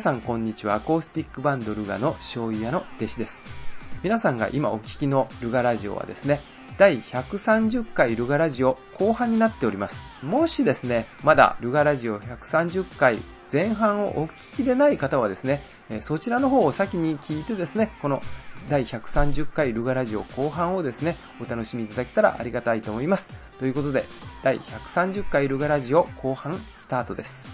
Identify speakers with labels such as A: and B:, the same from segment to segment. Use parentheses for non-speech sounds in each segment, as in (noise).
A: さんこんにちは。アコースティックバンドルガの醤油屋の弟子です。皆さんが今お聞きのルガラジオはですね、第130回ルガラジオ後半になっております。もしですね、まだルガラジオ130回前半をお聞きでない方はですね、えーそちらの方を先に聞いてですね、この第130回ルガラジオ後半をですね、お楽しみいただけたらありがたいと思います。ということで、第130回ルガラジオ後半スタートです。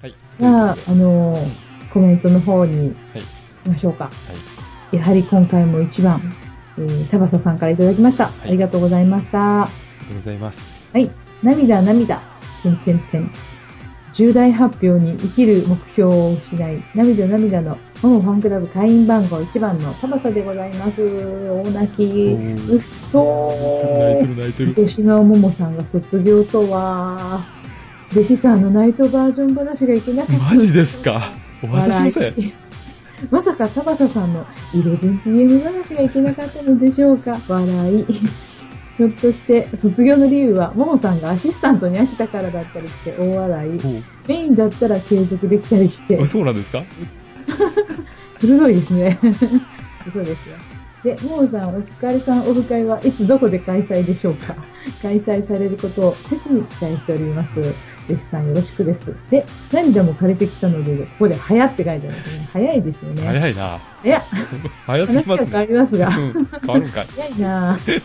B: はい。
C: じゃあ、あのーコメントの方に行
B: はい
C: きましょうか。やはり今回も一番、えー、タバサさんからいただきました。
B: い
C: ありがとうございました。
B: ありがとうござい (laughs) ます。
C: 涙涙、てんてんてん。重大発表に生きる目標を失い、涙涙のモモファンクラブ会員番号1番のタバサでございます。大泣き。うっそー。
B: る泣いてる。
C: 年のももさんが卒業とは、弟子さんのナイトバージョン話がいけなかった。
B: マジですかお渡しませ
C: 笑
B: ん。
C: いまさか田畑さんの 11PM 話がいけなかったのでしょうか笑い。ひょっとして、卒業の理由は、ももさんがアシスタントに飽きたからだったりして大笑い。メインだったら継続できたりして
B: お、そうなんですか
C: 鋭いですね。そうですよ。で、ももさん、お疲れさん、オフ会はいつどこで開催でしょうか開催されることを切に期待しております。弟子さんよろしくです。で、涙も枯れてきたので、ここで早って書いてあるんですね。早いですよね。
B: 早いな。
C: いや、
B: 早すぎ
C: 話
B: ま
C: が
B: す
C: 変わ
B: ね。
C: ります
B: う
C: が、
B: ん、変わるんかい。
C: 早いなぁ。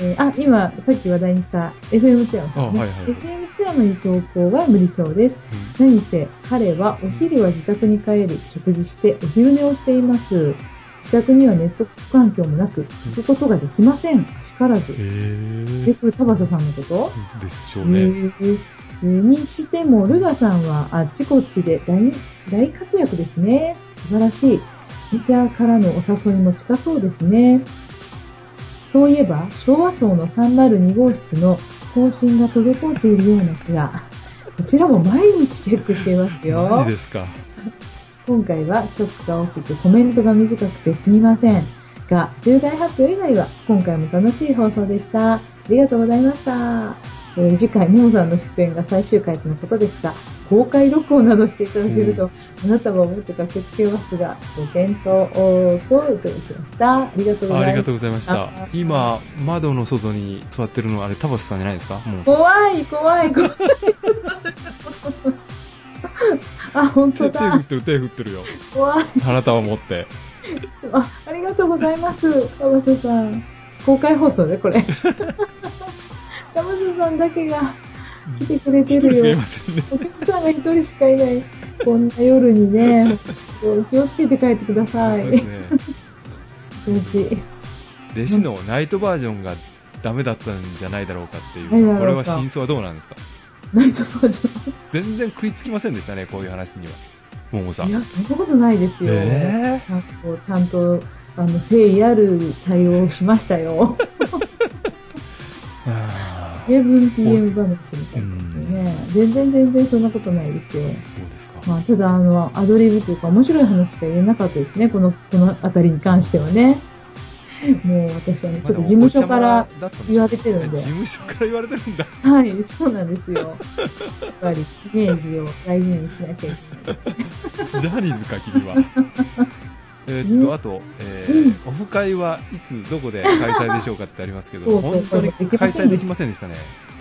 C: えーあ、今、さっき話題にした FM 津山さん、ね
B: あはいはい
C: FM 津山に投稿は無理そうです。何せ、彼はお昼は自宅に帰り、食事してお昼寝をしています。自宅にはネット環境もなく、聞くことができません。しからず
B: へ。ー
C: え、これ、田畑さんのこと
B: でしょう
C: え
B: ね。
C: ーにしても、ルガさんはあっちこっちで大大活躍ですね。素晴らしい。メジャーからのお誘いも近そうですね。そういえば、昭和層の302号室の更新が滞っているような気が、こちらも毎日チェックしていますよ。
B: マジですか
C: 今回はショックが大きくコメントが短くてすみませんが、重大発表以外は今回も楽しい放送でした。ありがとうございました。えー次回、モモさんの出演が最終回とのことですが、公開録音などしていただけると、あなたは思って駆けつけますが、ご検討をといただきました。ありがとうご
B: あ
C: ざ
B: り
C: い
B: が
C: ま
B: と
C: す。
B: うございました
C: あ。
B: 今、窓の外に座ってるのはあれ、田畑さんじゃないですかもう。
C: 怖い、怖い、怖い。 (laughs) あ、本当
B: 手手振っ
C: だ。
B: てる、手振ってるよ。
C: 怖い。
B: 花束持って。
C: あ、ありがとうございます。田畑さん。公開放送で、こ
B: (laughs)
C: れ。田畑さんだけが来てくれて
B: 一人
C: る
B: しかい
C: よ
B: ま。せんね。
C: お客さんが一人しかいない。こんな夜にね、気をつけて帰ってくださ
B: そう
C: い。
B: ですね
C: 気持ちいい。
B: 弟子のナイトバージョンがダメだったんじゃないだろうかっていう。
C: ダメだろうか
B: これは真相はどうなんですか
C: なんとかじ
B: 全然食いつきませんでしたね、こういう話には。ももさ
C: ゃ。
B: ん。
C: いや、そんなことないですよ。
B: え
C: なんかこうちゃんと、あの、誠意ある対応をしました
B: (laughs)
C: よ。
B: ーあ
C: 11pm 話みたいなね。全然全然そんなことないですよ。
B: ーそうですか。
C: まあ、ただ、あの、アドリブというか、面白い話しか言えなかったですね。この、このあたりに関してはね。
B: (laughs)
C: もう、私はね、ちょっと事務所から、
B: まだお子ちゃまだったんですね
C: 言われてるんで
B: (laughs) 事務所から言われてるんだ。
C: はい、そうなんですよ。やっぱり、イメージを大事にしなきゃいけない。
B: ジャニーズか、君は。
C: (laughs)
B: えーっと、あと、えー、オフ会はいつ、どこで開催でしょうかってありますけど、
C: そうそう
B: 本当に
C: できません
B: 開催できませんでしたね。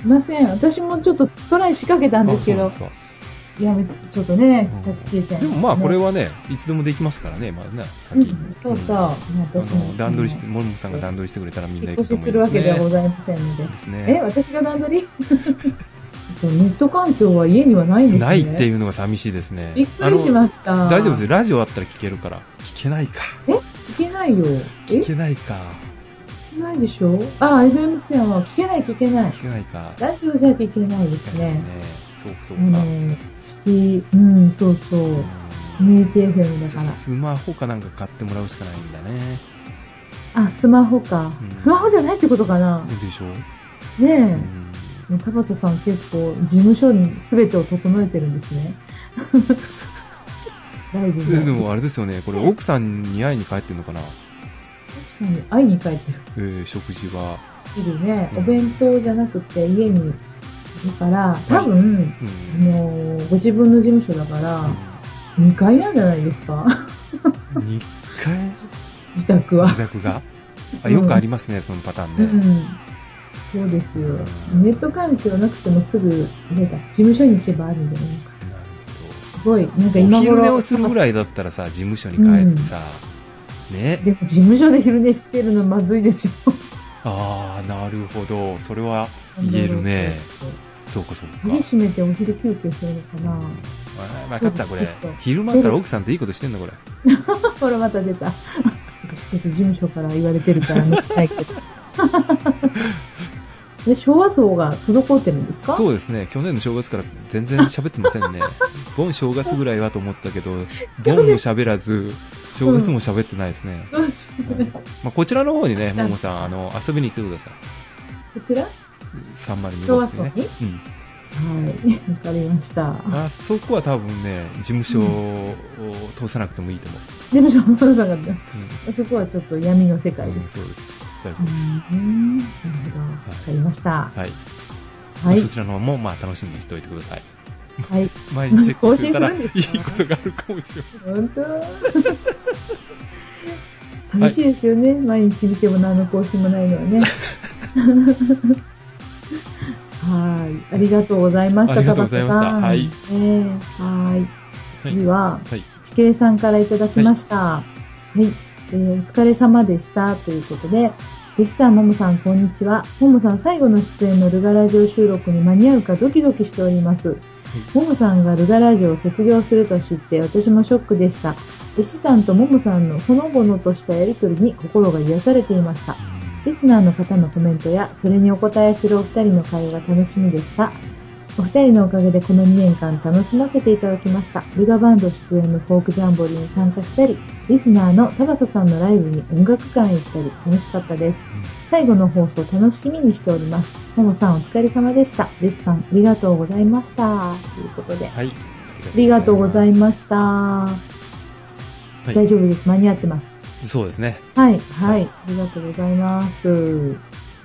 C: すいません。私もちょっとトライ仕掛けたんですけ
B: あ
C: ど、
B: そうな
C: や
B: んで
C: め、ちょっとね、立ち消えちゃ
B: す
C: い
B: かでもまあ、これ
C: は、
B: はね、いつでもできますからね、まあね、
C: うん
B: 先。
C: そうそう。
B: んあ
C: 私も
B: の、段取りして、ももさんが段取りしてくれたらみんな
C: 引っ
B: 行くと
C: 越し
B: 思
C: するわけ
B: いますね。
C: ではございませんので。
B: です
C: え、
B: ね。
C: 私が段取り (laughs) ネット環境は家にはないんですね。
B: ないっていうのが寂しいですね。
C: びっくりしました。
B: 大丈夫ですよ。ラジオあったら聞けるから。聞けないか。
C: 聞けないよ。え
B: 聞
C: 聞
B: けないか。
C: けないでしょあ、FM ツヤは聞けない聞けない。
B: 聞けないか。
C: ラジオじゃ聞けないです
B: 聞けない
C: ね
B: ね。。そうかそう
C: う
B: か。
C: ん、聞き、うん、そうそう。
B: うん
C: ミーティ FM だ
B: じゃ
C: か
B: あスマホかなんか買ってもらうしかないんだね。
C: ら。あ、スマホか
B: うん。
C: スマホじゃないってことかな。
B: でしょ
C: ね
B: うん
C: え。田畑さん結構、事務所に全てを整えてるんです
B: (laughs)
C: ね。ライブ
B: えで
C: も。
B: もあれですよね。これ奥さんに会いに帰ってんのかな
C: 奥さんに会いに帰ってる。
B: えー、食事は。
C: いるね。
B: うん
C: お弁当じゃなくて家にいるから、多分、
B: う
C: あ
B: ん。
C: のーご自分の事務所だから、 2階なんじゃないですか (laughs)
B: 2回
C: 自宅は
B: 自。宅があよくありますね、そのパターン
C: う
B: ね。
C: ん。そうですよ。ネット環境なくてもすぐ、なんか、事務所に行けばあるんじゃないか。
B: なる
C: すごい、なんか
B: ほど。
C: 今
B: お昼寝を
C: 頃。
B: するぐらいだったらさ、事務所に帰ってさ、ね。
C: でも事務所で昼寝してるのまずいですよ。
B: ああ、なるほど。それは言えるね。そうかそうか。
C: 目閉めてお昼休憩するのかな (laughs)
B: あ分かった、これ
C: ちょっと。
B: 昼間から奥さんといいことしてんだ、これ。
C: ほら、また出た。ちょっと事務所から言われてるから見てないけど。
B: (laughs)
C: で昭和層が滞ってるんですか
B: そうですね。去年の正月から全然喋ってませ (laughs) んね。ボン正月ぐらいはと思ったけど、ボンも喋らず、正月も喋ってないですね。
C: どうしよう (laughs) こ
B: まあ、こちらの方にね、ももさん、あの、遊びに来てください。
C: ちらは
B: 302
C: 昭和
B: 号
C: 層
B: ね
C: に。
B: うん。
C: い。わかりました。
B: あそこは多分ね、事務所を通さなくてもいいと思う。
C: 事務所もそうだから、
B: うん。
C: そこはちょっと闇の世界
B: うん
C: です。
B: そうです。大丈
C: う
B: 夫です。
C: ーんなるほど。わかりました。
B: はい。
C: はい
B: まあそ。ちらの方も、まあ、楽しみにしておいてください。
C: はい。
B: 毎日チェックしてたら、い
C: 更
B: い
C: 新するんですか
B: ことがあるかもしれま
C: 本当寂しいですよね。毎日見ても何の更新もないのはね。はい。ありがとうございました。
B: ありがとうございました
C: 田畑さん
B: はい。
C: ええはい。
B: せん。
C: 次は、
B: はい。はい。
C: ちけいさんからいただきました。はい。えーお疲れ様でした。ということで、弟子さん、ももさん、こんにちは。ももさん、最後の出演のルガラジオ収録に間に合うかドキドキしております。ももさんがルガラジオを卒業すると知って、私もショックでした。弟子さんとももさんのほのぼのとしたやりとりに心が癒されていました。リスナーの方のコメントや、それにお答えするお二人の会話が楽しみでした。お二人のおかげでこの2年間楽しませていただきました。ルガバンド出演のフォークジャンボリーに参加したり、リスナーのタバサさんのライブに音楽館へ行ったり、楽しかったです。最後の放送楽しみにしております。ももさんお疲れ様でした。リスさんありがとうございました。ということで。あ
B: はい。あ
C: りがとうござい
B: す。
C: ました。
B: はい
C: 大丈夫です。間に合ってます。
B: そうですね。
C: はい、はい。ありがとうございます。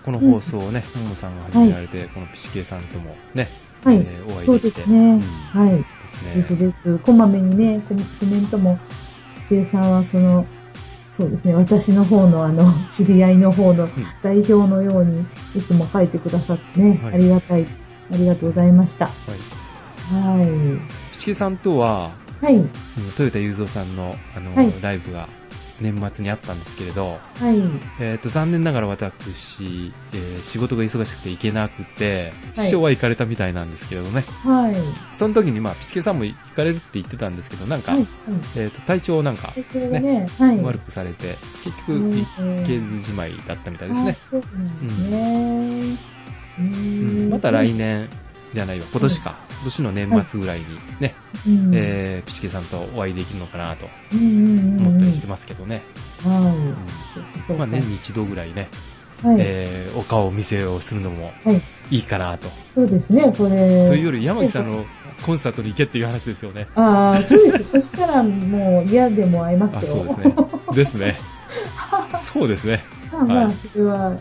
B: この放送をね、ももさんが始められて、このピチケイさんともね、
C: はい
B: えーお会いできて。
C: そうですね
B: ん
C: はい。で
B: です
C: す
B: ね。
C: です。こまめにね、コメントも、しげさんはその、そうですね、私の方のあの、 (laughs) 知り合いの方の代表のように、いつも書いてくださってね、
B: はい
C: ありがたい、ありがとうございました。は
B: はい。
C: い。
B: ピチケイさんとは、
C: はい。
B: うん豊田雄三さんの、あの、
C: はい
B: ライブが年末にあったんですけれど、
C: はい。
B: えっ、と、残念ながら私、えー仕事が忙しくて行けなくて、
C: はい
B: 師匠は行かれたみたいなんですけれどね、
C: はい。
B: その時にまあ、ピチケイさんも行かれるって言ってたんですけど、なんか、
C: はい。はい。
B: えっ、と、体調をなんか
C: で、それがね、はい。
B: 悪くされて、結局、
C: うん
B: 行けずじまいだったみたいですね
C: あ。。そうなんですね。う
B: うん
C: ん
B: また来年じゃないわ、今年か。今年の年末ぐらいにね、
C: うん
B: えー、ピチケイさんとお会いできるのかなと
C: うんうんうん
B: 思
C: う
B: っ
C: ん
B: たりしてますけどね。
C: は
B: う
C: い。
B: んまあ、年に一度ぐらいね、
C: はい。
B: えーお顔を見せをするのも
C: はい
B: いいかなと。
C: そうですね、これ。
B: というより、山木さんのコンサートに行けっていう話ですよね。
C: ああ、そうです。そしたらもう嫌でも会えま
B: あ、
C: すよ。
B: そうですね。です
C: (laughs)
B: ね。そうですね。
C: まあまあ、
B: はい
C: それは、あの、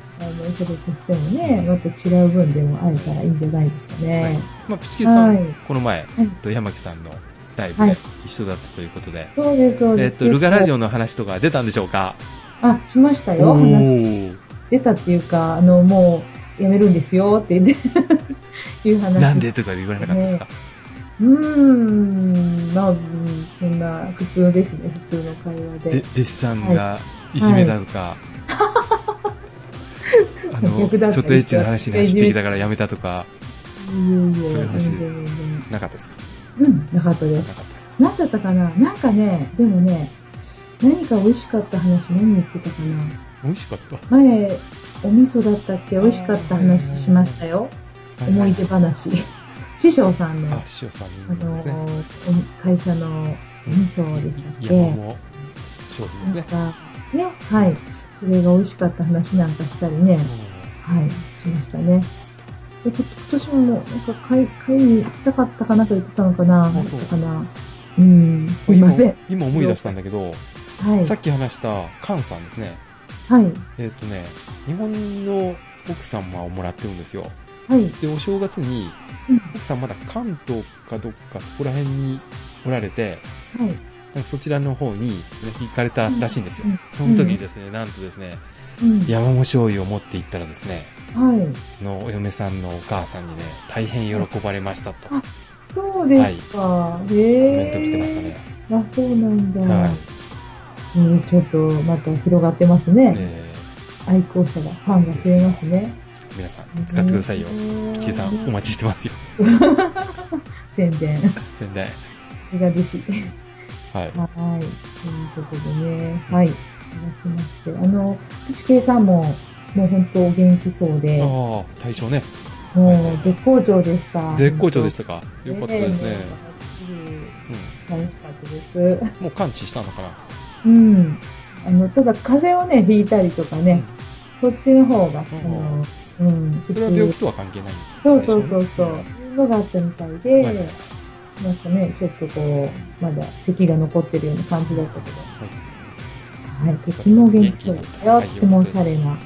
C: 所属してもね、もっと違う分でも会えたらいいんじゃないですかね。
B: はいまあ、ピチケイさ
C: は
B: ん
C: い、
B: この前
C: い、
B: と山木さんのライブ
C: は
B: で
C: い
B: 一緒だったということで、
C: そうです、そう
B: えっ
C: です。
B: と、ルガラジオの話とか出たんでしょうか
C: あ、しましたよ。話
B: ー
C: 出たっていうか、あの、もう、やめるんですよって言って、 (laughs) いう話。
B: なんでとか言われなかったですか
C: うーん、まあ、うんそんな、普通ですね、普通の会話
B: で、
C: で。
B: 弟子さんがいじめだとか、あの、
C: 逆
B: ちょ
C: だ
B: っ
C: ったりして
B: とエッチな話に走ってきたからやめたとか、
C: いえいえ
B: そういう話
C: 全然全然
B: なかったですか
C: うん、なかったです
B: な。かったですか
C: なんだったかななんかね、でもね、何か美味しかった話何言ってたかな
B: 美味しかった。
C: 前、お味噌だったっけ美味しかった話しましたよ。思い出話。師匠さんの、
B: あ
C: あ、
B: 師匠さん
C: の
B: ですね。
C: お会社のお味噌でしたっけ
B: 山も、勝負
C: な
B: で
C: ん
B: すね。
C: か、ね、はい。それが美味しかった話なんかしたりね、はい、しましたね。でこ今年ももう、なんか会、会に行きたかったかなと言ってたのかなだ
B: そう
C: ったかなうん、すいません。
B: 今、今思い出したんだけど、
C: はい
B: さ。っき話したカンさんですね。
C: はい。
B: えっとね、日本の奥様をもらってるんですよ。
C: はい。
B: で、お正月に
C: うん、
B: 奥さんまだ関東かどっかそこら辺におられて、
C: はい。
B: なんかそちらの方にね行かれたらしいんですよ
C: うん。
B: その時にですね、なんとですね、
C: うん。
B: 山も醤油を持って行ったらですね、
C: はい。
B: そのお嫁さんのお母さんにね、大変喜ばれましたと、コ
C: あそうですか。
B: メ
C: へ
B: ン
C: え。
B: ト来てましたね。
C: あ、そうなんだ。
B: はい。
C: うん、ちょっとまた広がってますね。
B: え
C: 愛好者が、ファンが増えますね。
B: ー皆さん、使ってくださいよ。ピチキさん、お待ちしてますよ。
C: す。宣伝。
B: 宣伝。
C: 手がずし。
B: はい。
C: はい。ということでね。はい。いただきまして。あの、ピチケイさんも、もう本当お元気そうで、も
B: ああ、体調ね、
C: う絶好調でした。
B: 絶好調でしたか。よかったです
C: ええ
B: ね。う
C: 楽しかったです。
B: ん。もう完治したのかな。
C: うん。あの、ただ風邪をね、ひいたりとかね、そっちの方が、あの、うん、
B: それは病気とは関係ない。
C: そうそうそうそう。そういうのがあったみたいで、
B: はい
C: なんかね、ちょっとこう、まだ咳が残ってるような感じだったけど。はい、とっても元気そうですよ。とってもおしゃれな、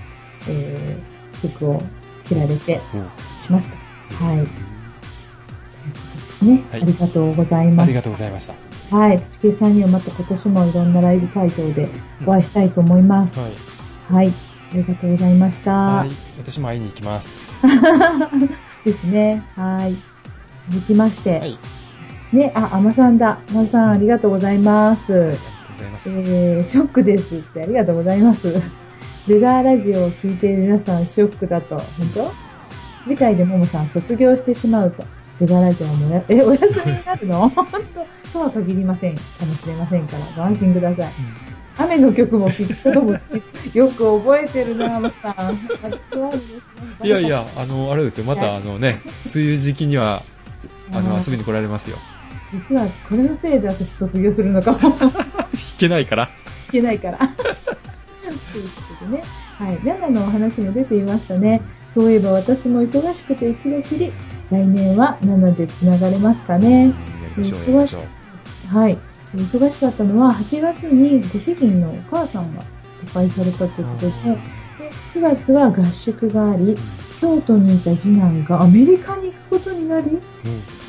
C: えー、服を着られて
B: うん
C: しました。はい。ということですね、
B: はい
C: ありがとうござい
B: あ
C: ま
B: り
C: す
B: が。とうございました。
C: はい、プチケイさんにはまた今年もいろんなライブ会場でお会いしたいと思います。
B: はい。
C: はい、ありがとうございました。
B: はい。私も会いに行きます。
C: (laughs) ですね。はい。続きまして。
B: はい
C: ね、あ、あまさんだ。あまさん、ありがとうございます。
B: ありがとうございます。
C: えー、ショックですって、ありがとうございます。ルガーラジオを聞いている皆さん、ショックだと。本当次回でももさん、卒業してしまうと。ルガーラジオはもうや、え、お休みになる
B: (laughs)
C: の本当とは限りません。かもしれませんから、ご安心ください。雨の曲も聞くこともよく覚えてるな、あまさん。
B: (laughs)
C: そうですね
B: いやいや、あの、あれですよ。また、あのね、梅雨時期には、あの、遊びに来られますよ。
C: 実はこれのせいで私卒業するのかも聞
B: 弾けないから。
C: けないから。ということでね。はい。奈々のお話も出ていましたね。そういえば私も忙しくて一度きり、来年は奈々で繋がれますかね。
B: やりましょう、やりましょう。
C: はい。忙しかったのは8月にご主人のお母さんが他界されたということで、で9月は合宿があり、京都にいた次男がアメリカに行くことになり、
B: うん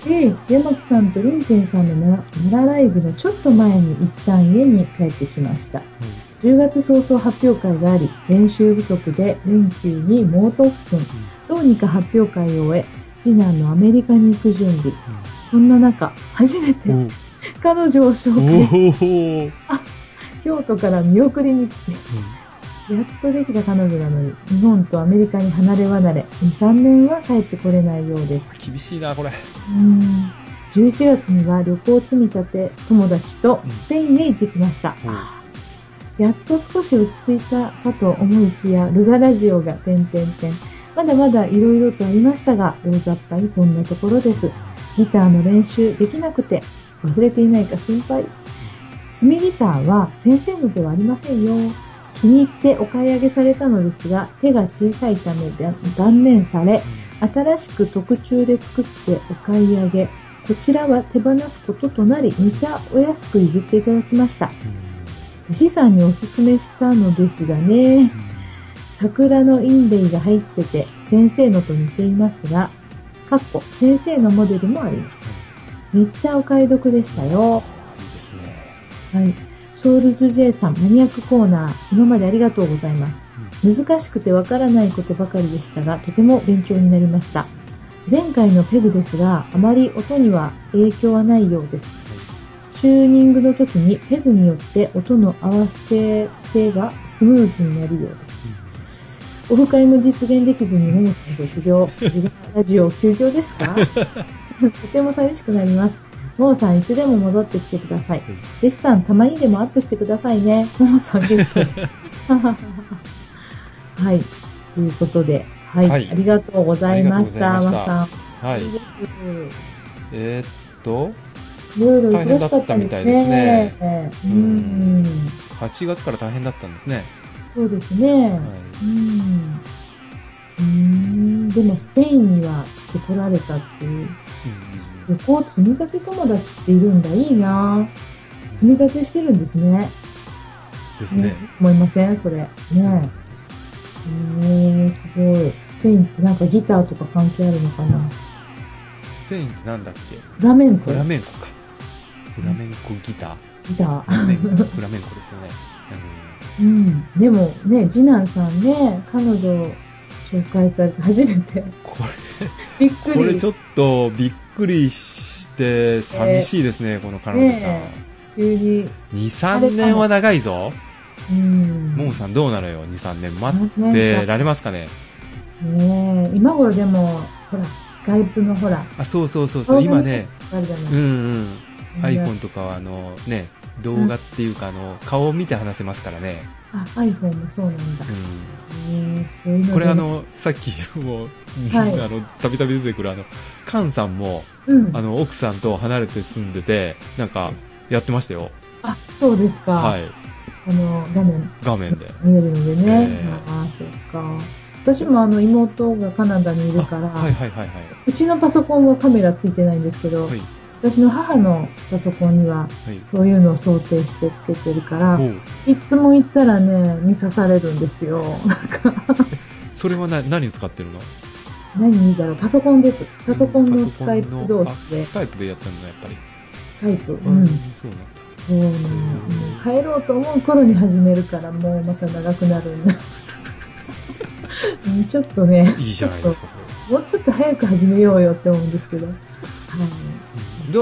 C: で、山木さんと林健さんのな奈良ライブのちょっと前に一旦家に帰ってきました。10月早々発表会があり、練習不足で連休に猛特訓。どうにか発表会を終え、次男のアメリカに行く準備。そんな中、初めて
B: うん
C: 彼女を紹
B: お
C: 介、
B: おー
C: 京都から見送りに来て、やっとできた彼女なのに、日本とアメリカに離れ離れ、2、3年は帰ってこれないようです。
B: 厳しいな、これ。
C: うん11月には旅行積み立て友達とスペインへ行ってきました。
B: うん
C: やっと少し落ち着いたかと思いきや、ルガラジオが点々点。まだまだ色々とありましたが、大雑把にこんなところです。ギターの練習できなくて、忘れていないか心配。炭ギターは先生のではありませんよ。気に入ってお買い上げされたのですが、手が小さいためで断念され、新しく特注で作ってお買い上げ、こちらは手放すこととなり、めちゃお安く譲っていただきました。牛さんにおすすめしたのですがね、桜のインレイが入ってて、先生のと似ていますが、かっこ、先生のモデルもあります。めっちゃお買い得でしたよ。
B: いいですね。
C: はい。ソウルズ J さん、マニアックコーナー、今までありがとうございます。難しくてわからないことばかりでしたが、とても勉強になりました。前回のペグですが、あまり音には影響はないようです。チューニングの時にペグによって音の合わせ性がスムーズになるようです。オフ会も実現できずにももさん卒業。自分のラジオ休業です (laughs) かとても寂しくなります。ももさんいつでも戻ってきてください。弟子さんたまにでもアップしてくださいね。ももさんゲス (laughs) トではい。ということで、はい。
B: はい
C: ありがとうございました。
B: あ
C: ま
B: りがとうございました
C: さん。
B: はい
C: い。です。
B: えーっと、
C: いろいろ
B: 大変だったみたいですね
C: 忙しかったですね。うん。
B: 8月から大変だったんですね。
C: そうですね。
B: は
C: う
B: い。
C: ん。うーん。でも、スペインには来てこられたっていう。
B: うん
C: 旅行積み立て友達っているんだ。いいな積み立てしてるんですね。
B: ですね。
C: 思いませんそれ。ね
B: うん
C: え。へえすごい。スペインってなんかギターとか関係あるのかな
B: スペインってなんだっけ
C: フラメンコ。
B: フラメンコか。フラメンコギター
C: ギタ
B: フラメンコ
C: ー。
B: フラメンコですよね。
C: うん。でもね、次男さんね、彼女を紹介されて初めて。
B: うん、こ
C: びっく
B: れ、
C: り。
B: これちょっとびっくりして寂しいですね、この彼女さん。
C: ね急に。
B: 2、3年は長いぞ。
C: うん。
B: ももさんどうなのよ、2、3年。待ってられますかね。
C: ねえ、今頃でも、ほら、スカイプのほら、
B: あ、そうそうそうそう、今ね、
C: あるじゃない。
B: うんうん。
C: ン。
B: iPhone とかはあのね、動画っていうかあの、顔を見て話せますからね。
C: あ、iPhone もそうなんだ。
B: う
C: ねえそういうの
B: ん。
C: で
B: これあ、の、さっきもう、
C: はい
B: あの、たびたび出てくるあの、カンさんも、
C: うん
B: あ。の、奥さんと離れて住んでて、なんか、やってましたよ。
C: あ、そうですか。
B: はい。
C: あの、画面
B: 画面で。
C: 見えるのでね。
B: ええ
C: ああ、そっか。私もあの、妹がカナダにいるから、
B: あはいはいはいは
C: うちのパソコンはカメラついてないんですけど、
B: い。はい。
C: 私の母のパソコンには、
B: はい。
C: そういうのを想定してつけてるから、
B: おう
C: いつも行ったらね、見さされるんですよ。 (laughs)
B: それはな何を使ってるの
C: 何いいだろう、パソコンです。パソコンの
B: パ
C: スカイプ同
B: あ
C: 士で、
B: スカイプでやってるの、やっぱり。
C: スカイプ。う。
B: うんん
C: そ
B: そうなんだ。
C: うなのうん帰ろうと思う頃に始めるから、もうまた長くなるんだ。 (laughs) うんちょっとね、
B: いいじゃないですか、そ
C: もうちょっと早く始めようよって思うんですけど。はい。
B: れ。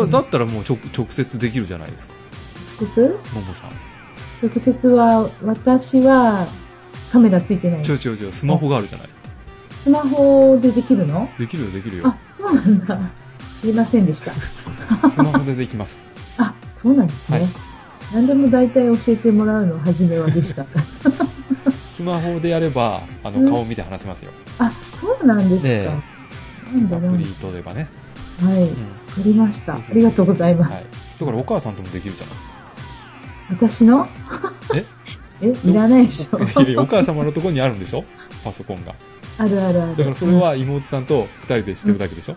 B: だだったらもう直直接できるじゃないですか、
C: 直接
B: ももさん。
C: 直接は、私はカメラついてない
B: ち。ょいちょいちょい、スマホがあるじゃない。
C: スマホでできるの
B: できるよ、できるよ
C: あ。、そうなんだ。知りませんでした。
B: スマホでできます。
C: あ、そうなんですね。
B: はい
C: 何でも大体教えてもらうの初めはで
B: (laughs)
C: した。
B: スマホでやれば、あ
C: うん
B: の、顔見て話せますよ。
C: あ、そうなんですか。
B: え
C: なんだ
B: ア
C: な。
B: プ
C: は
B: リ取ればね。
C: い。わ
B: う
C: か
B: ん。
C: りました。ありがとうございます。
B: はい。だからお母さんともできるじゃ
C: (laughs)
B: ない。
C: 私の
B: え
C: (laughs) え、いらないでし
B: (laughs)
C: ょ。
B: いやいやお母様のところにあるんでしょパソコンが。
C: あるあるある。
B: だからそれは妹さんと二人でしてるだけでしょ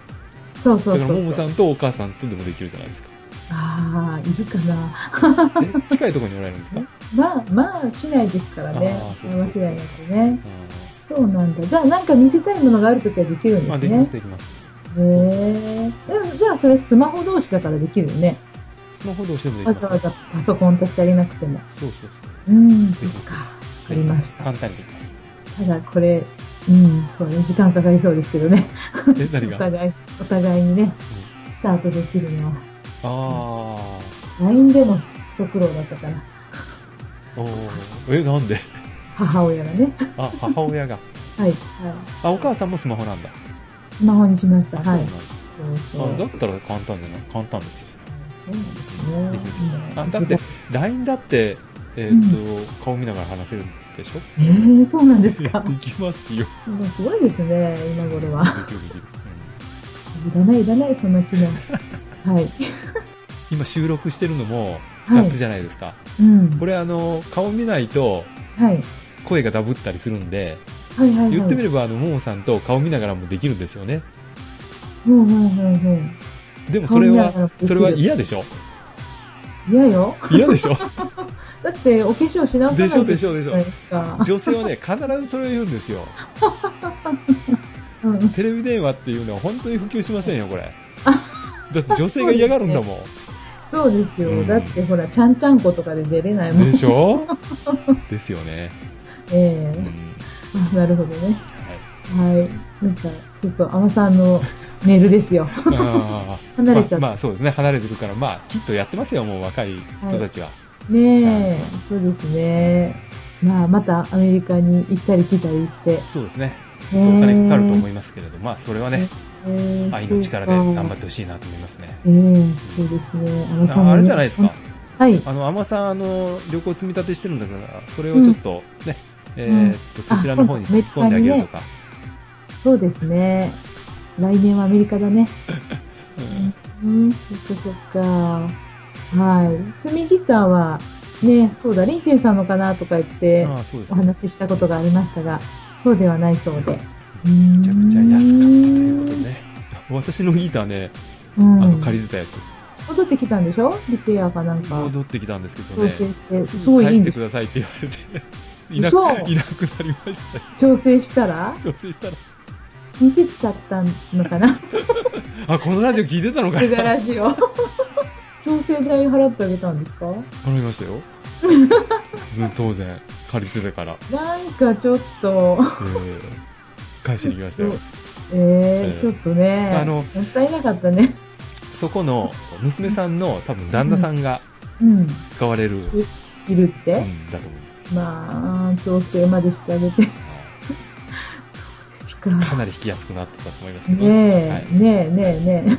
C: うん、そうそ
B: だ
C: う
B: か
C: そう
B: らももさんとお母さんとでもできるじゃないですか。
C: ああ、いるかな。
B: え近いところにおられるんですか
C: まあ、まあ、しないですからね
B: あー。そう
C: 間
B: そうそう
C: 違いなくね。そうなんだ。じゃあ、なんか見せたいものがあるときはできるん
B: うん。あ、
C: で
B: ですき
C: ね。
B: ま
C: へ
B: す、できます。
C: え。じゃあ、それスマホ同士だからできるよね。
B: スマホどうしてもでき
C: わ
B: ます
C: ざ。わざパソコン立ち上げなくても。
B: そうそうそう。
C: うん、そ
B: き
C: っ
B: ます
C: か。わかりました。
B: 簡単に
C: (laughs)
B: できます。
C: ただこれ、うん、そうね、時間かかりそうですけどね。
B: え、
C: お
B: 何が
C: 互い、お互いにね、スタートできるのは、
B: ああ
C: LINE でも一苦労だったから、
B: おーえ、なんで
C: 母親がね。
B: あ、母親が。
C: はい。はい、
B: あ、お母さんもスマホなんだ。
C: スマホにしました。
B: あ、そう
C: は
B: なん
C: い
B: だ。。
C: そうそう。
B: あだったら簡単じゃない簡単ですよ。
C: そうなんですね
B: できる
C: うん
B: あ、だって、LINE だって、えーっと、顔見ながら話せるでしょ
C: えー、そうなんです
B: いや
C: か。
B: できますよ。
C: もうすごいですね、今頃は。
B: できるできる。
C: いらない、いらない、そんな機能。はい。
B: 今収録してるのも、スカップじゃないですか。
C: うん。
B: これあの、顔見ないと、
C: はい。
B: 声がダブったりするんで、
C: はいはいはい。
B: 言ってみ
C: る。
B: れば、あの、ももさんと顔見ながらもできるんですよね。
C: うんうんうんうん。
B: でもそれ
C: 顔見ながらも
B: は
C: でき、る
B: それは嫌でしょ
C: 嫌よ。
B: 嫌で
C: (laughs)
B: しょ
C: だって、お化粧し直さない
B: でしょで
C: ょ。
B: しょでしょ
C: ないですか。
B: 女性はね、必ずそれを言うんですよ。
C: うん。
B: テレビ電話っていうのは本当に普及しません
C: (laughs)
B: よ、これ。だって女性が嫌がるんだも
C: そうですよ。
B: うん
C: だってほら、ちゃんちゃんことかで出れないもん。
B: ん。で
C: (laughs)
B: しょですよね。
C: ええ (laughs)
B: うん。はい。
C: あなるほどね。はい。なんか、ちょっと、あまさんのメールですよ。
B: あー
C: 離れちゃった
B: まあ、まあそうですね、離れてるから、まあ、きっとやってますよ、もう若い人たちは。
C: ねえ、そうですね。まあ、またアメリカに行ったり来たりして。
B: そうですね。ちょっとお金かかると思いますけれど、まあ、それはね、
C: ええ。
B: 愛の力で頑張っててほしいなと思いますね。
C: ええそうですね。あまさん
B: あ
C: も
B: あれじゃないですか。。
C: はい。
B: あの、アマさん、あの、旅行積み立てしてるんだから、それをちょっとね、えーっと、そちらの方に突っ込んであげるとか。
C: そうですね。来年はアメリカだね。うん、そっかそっか。はい。スミギターは、ね、そうだ、リンケンさんのかなとか言っ
B: う
C: て
B: ん、ああ、そうです
C: お
B: ね。
C: 話ししたことがありましたが、そうではないそうで。
B: め
C: め
B: ちゃくちゃ安かったということでね。私のギターね、
C: と
B: あの、
C: ん。
B: 借りてたやつ、
C: 戻ってきたんでしょリペアかなんか。
B: 戻ってきたんですけど
C: 調整
B: ね、
C: して、
B: す
C: す
B: ぐ
C: ごい
B: 返
C: いい
B: し
C: ん
B: て
C: です
B: く。ださいって言われて、いな
C: 嘘
B: く、いなくなりましたよ。
C: 調整したら
B: 調整したら、
C: 見てき
B: (laughs)
C: ちゃったのかな
B: あ、このラジオ聞いてたのか
C: ルガ
B: な
C: ラジオ。調調整代払ってあげたんですか
B: 頼みましたよ。うん、当然、借りてたから。
C: なんかちょっと、
B: えー、返しに行きましたよ。
C: ええ
B: え
C: ちょっとね、
B: あの
C: もったいなかったね。
B: そこの、娘さんの多分旦那さんが
C: うん、
B: 使われる、うん、
C: いるって。
B: だと思います。
C: まあ、調整までしてあげて。か
B: かなり引きやすくなってたと思いますけど。
C: ねえ、
B: はい
C: ねえねえ (laughs) ね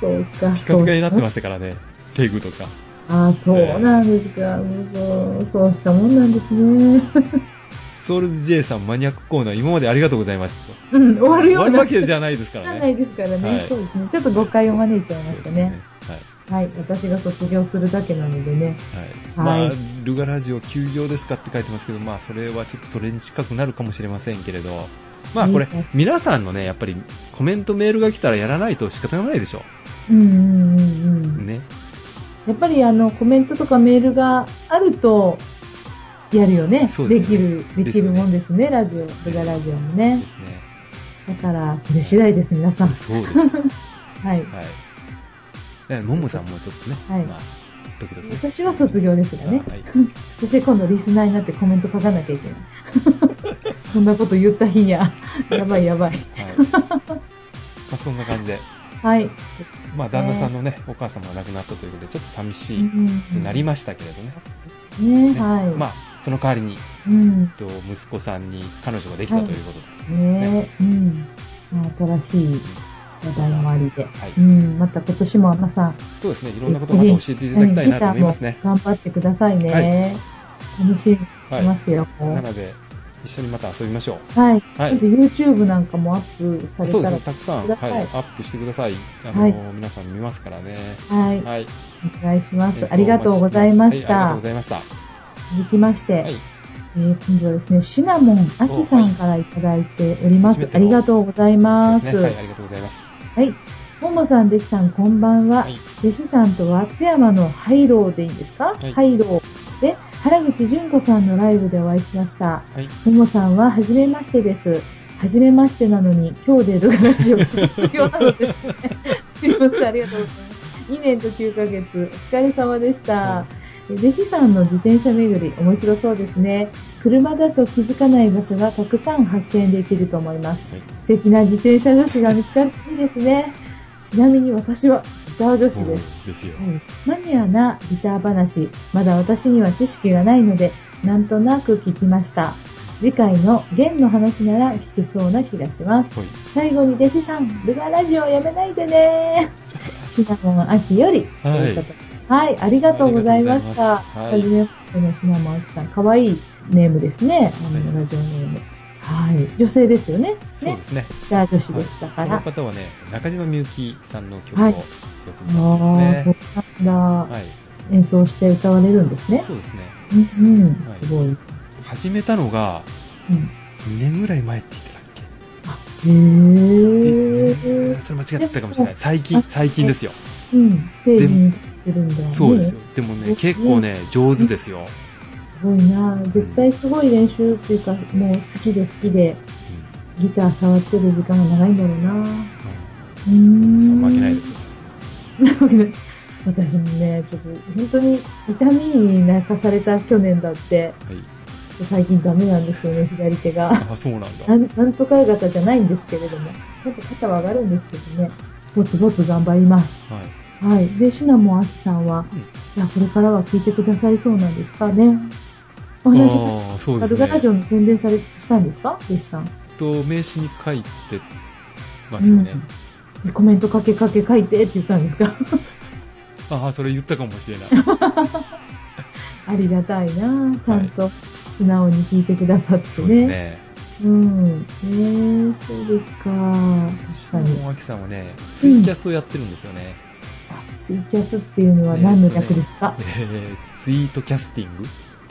C: え。そうか。
B: ピカピカになって
C: す。
B: ましたからね、ペグとか。
C: ああ、そうなんですか。そう、そうしたもんなんですね。 (laughs)
B: ソウルズ J さんマニアックコーナー、今までありがとうございました。
C: うん、終わるよう
B: 終
C: な。
B: わるわけじゃないですか
C: わからんな
B: ね。
C: いですからね、
B: はい
C: そうですね。ちょっと誤解を招いちゃいましたね。
B: そうですねはい。
C: はい。私が卒業するだけなのでね。
B: はい。
C: は
B: ま
C: い、
B: あルガラジオ休業ですかって書いてますけど、まあ、それはちょっとそれに近くなるかもしれませんけれど、まあこれ
C: うん、
B: 皆さんのね、やっぱりコメントメールが来たらやらないと仕方がないでしょ。
C: うんうんうんうん。
B: ね。
C: やっぱりあの、コメントとかメールがあると、やるよね。
B: そう
C: で
B: です
C: き
B: ね
C: る、できるもんですね、ラジオ、ブガラジオも
B: で
C: ね。
B: すね。
C: だから、それ次第です、皆さん。
B: そうです。は
C: は
B: い
C: い。。
B: えももさんもちょっとね、
C: はい
B: まあ、時々ね。
C: 私は卒業ですがね。
B: はい。
C: (laughs) そして今度リスナーになってコメント書かなきゃいけ
B: (laughs)
C: ない。そんなこと言った日にゃ、やばいやばい。
B: はい。まあ、そんな感じで。
C: はい。
B: まあ、旦那さんのね、お母様が亡くなったということで、ちょっと寂しい
C: うん
B: なりましたけれどね。
C: ね
B: ね
C: はい。
B: まあ、その代わりに、
C: うん。
B: えっと息子さんに彼女ができたということで、
C: ねうん。まあ新しい話題もありで。
B: はい
C: うん。また今年も皆さん、
B: そうですね、いろんなことをまた教えていただきたいなと思いますね
C: う。んギターも頑張ってくださいね。
B: は
C: 楽しみにして
B: は
C: ま
B: い。
C: すよ。
B: なので、一緒にまた遊びましょ
C: はい。
B: う。は
C: ちょっ
B: い
C: と。YouTube なんかもアップさ
B: そう
C: れ
B: で
C: た
B: す
C: ら
B: ね、、たくさ
C: く
B: ん、は
C: だ
B: い、
C: さい
B: アップしてください。あの、
C: はい
B: 皆さん見ますからね。
C: はい。
B: はい。
C: お願いしま
B: えー
C: す。ありがとうございまし
B: はいありがと
C: た
B: うご。ざいました。
C: 続きまして、
B: はい。
C: えー今度はですね、シナモンアキさんからいただいておりま
B: お
C: す
B: はい。
C: ありがとうございます。
B: ですねはい、ありがとうございます。
C: はい。ももさん、でしさん、こんばんは。
B: はい。
C: 弟子さんとは津山のハイローでいいんですか、
B: い
C: ハイローで原口純子さんのライブでお会いしました。
B: はい。
C: ももさんは初めましてです。初めましてなのに、今日でルガラジオ卒業なのですね。
B: (laughs)
C: すいません、ありがとうございます。2年と9ヶ月、お疲れ様でした。弟子さんの自転車巡り、面白そうですね。車だと気づかない場所がたくさん発見できると思います。
B: はい
C: 素敵な自転車女子が見つかっていいですね。ちなみに私はギター女子です。
B: うんですよ。
C: はいマニアなギター話、まだ私には知識がないので、なんとなく聞きました。次回の弦の話なら聞けそうな気がします。
B: はい。
C: 最後に弟子さん、ルガラジオやめないでね (laughs) シナモン秋より、
B: はい
C: とうことではい、ありがとうございました。
B: あ
C: は
B: りが
C: じ
B: とう
C: めましてのシナモン秋さん、かわいいネームですね。あの
B: はい
C: ラジオネーム。はい、女性ですよね。
B: そう
C: ね
B: で、すね。
C: ギター女子でした
B: こ
C: から。
B: の方はね、中島みゆきさんの曲を
C: は
B: よ
C: い
B: く歌って
C: あ
B: ま
C: あ、
B: すね。
C: そうなんだ。
B: はい。
C: 演奏して歌われるんですね。
B: そうですね。
C: うん、うん、
B: はい
C: すごい。うん
B: 始めたのが、2年ぐらい前って言ってたっけ
C: へー。
B: それ間違ってたかもしれない。最近、最近ですよ。
C: うん、ステージに立ってるんだよね。
B: そうですよ。でもね、結構ね、上手ですよ。
C: すごいな絶対すごい練習っていうか、もう好きで好きで、ギター触ってる時間が長いんだろうなうー。
B: うんん。そう負けないでくださ
C: (laughs) 私もね、ちょっと本当に痛みに泣かされた去年だって、
B: い。はい。
C: 最近ダメなんですよね、左手が。 (laughs)
B: あ、そうなんだ。
C: なんなんとか型じゃないんですけれども、ちょっと肩は上がるんですけどね、ぼつぼつ頑張ります。
B: はい。
C: はい。で、シナモンアキさんは、
B: うん
C: じゃあこれからは聞いてくださりそうなんですかね。お話しさ
B: ああ、そう
C: カ
B: で
C: ル
B: す
C: ガ
B: ね。
C: ラジオに宣伝され、したんですか弟子さん。
B: と、名刺に書いてますよね。
C: でコメントかけかけ書いてって言ったんですか (laughs)
B: ああ、それ言ったかもしれない。
C: ありがたいなぁちゃんと素直に聞いてくださって
B: そうで
C: ね。
B: すね。
C: うん。えー、そうですか。
B: 下のあきさんはね、ツイキャスをやってるんですよね。
C: ツイキャスっていうのは何の略ですか、
B: えー、 (laughs) ツイートキャスティング